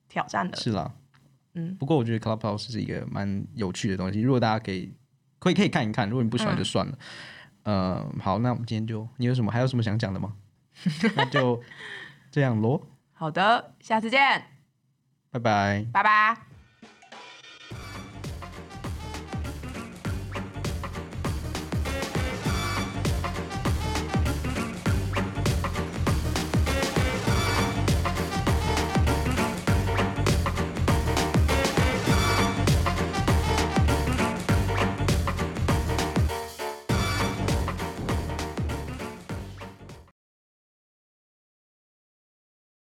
Speaker 2: 挑战了，
Speaker 1: 是啦，
Speaker 2: 嗯
Speaker 1: 不过我觉得 Clubhouse 是一个蛮有趣的东西，如果大家可以可以可以看一看，如果你不喜欢就算了。
Speaker 2: 嗯
Speaker 1: 呃，好，那我们今天就你有什么还有什么想讲的吗？那就这样咯，
Speaker 2: 好的，下次见，
Speaker 1: 拜拜。
Speaker 2: 拜拜。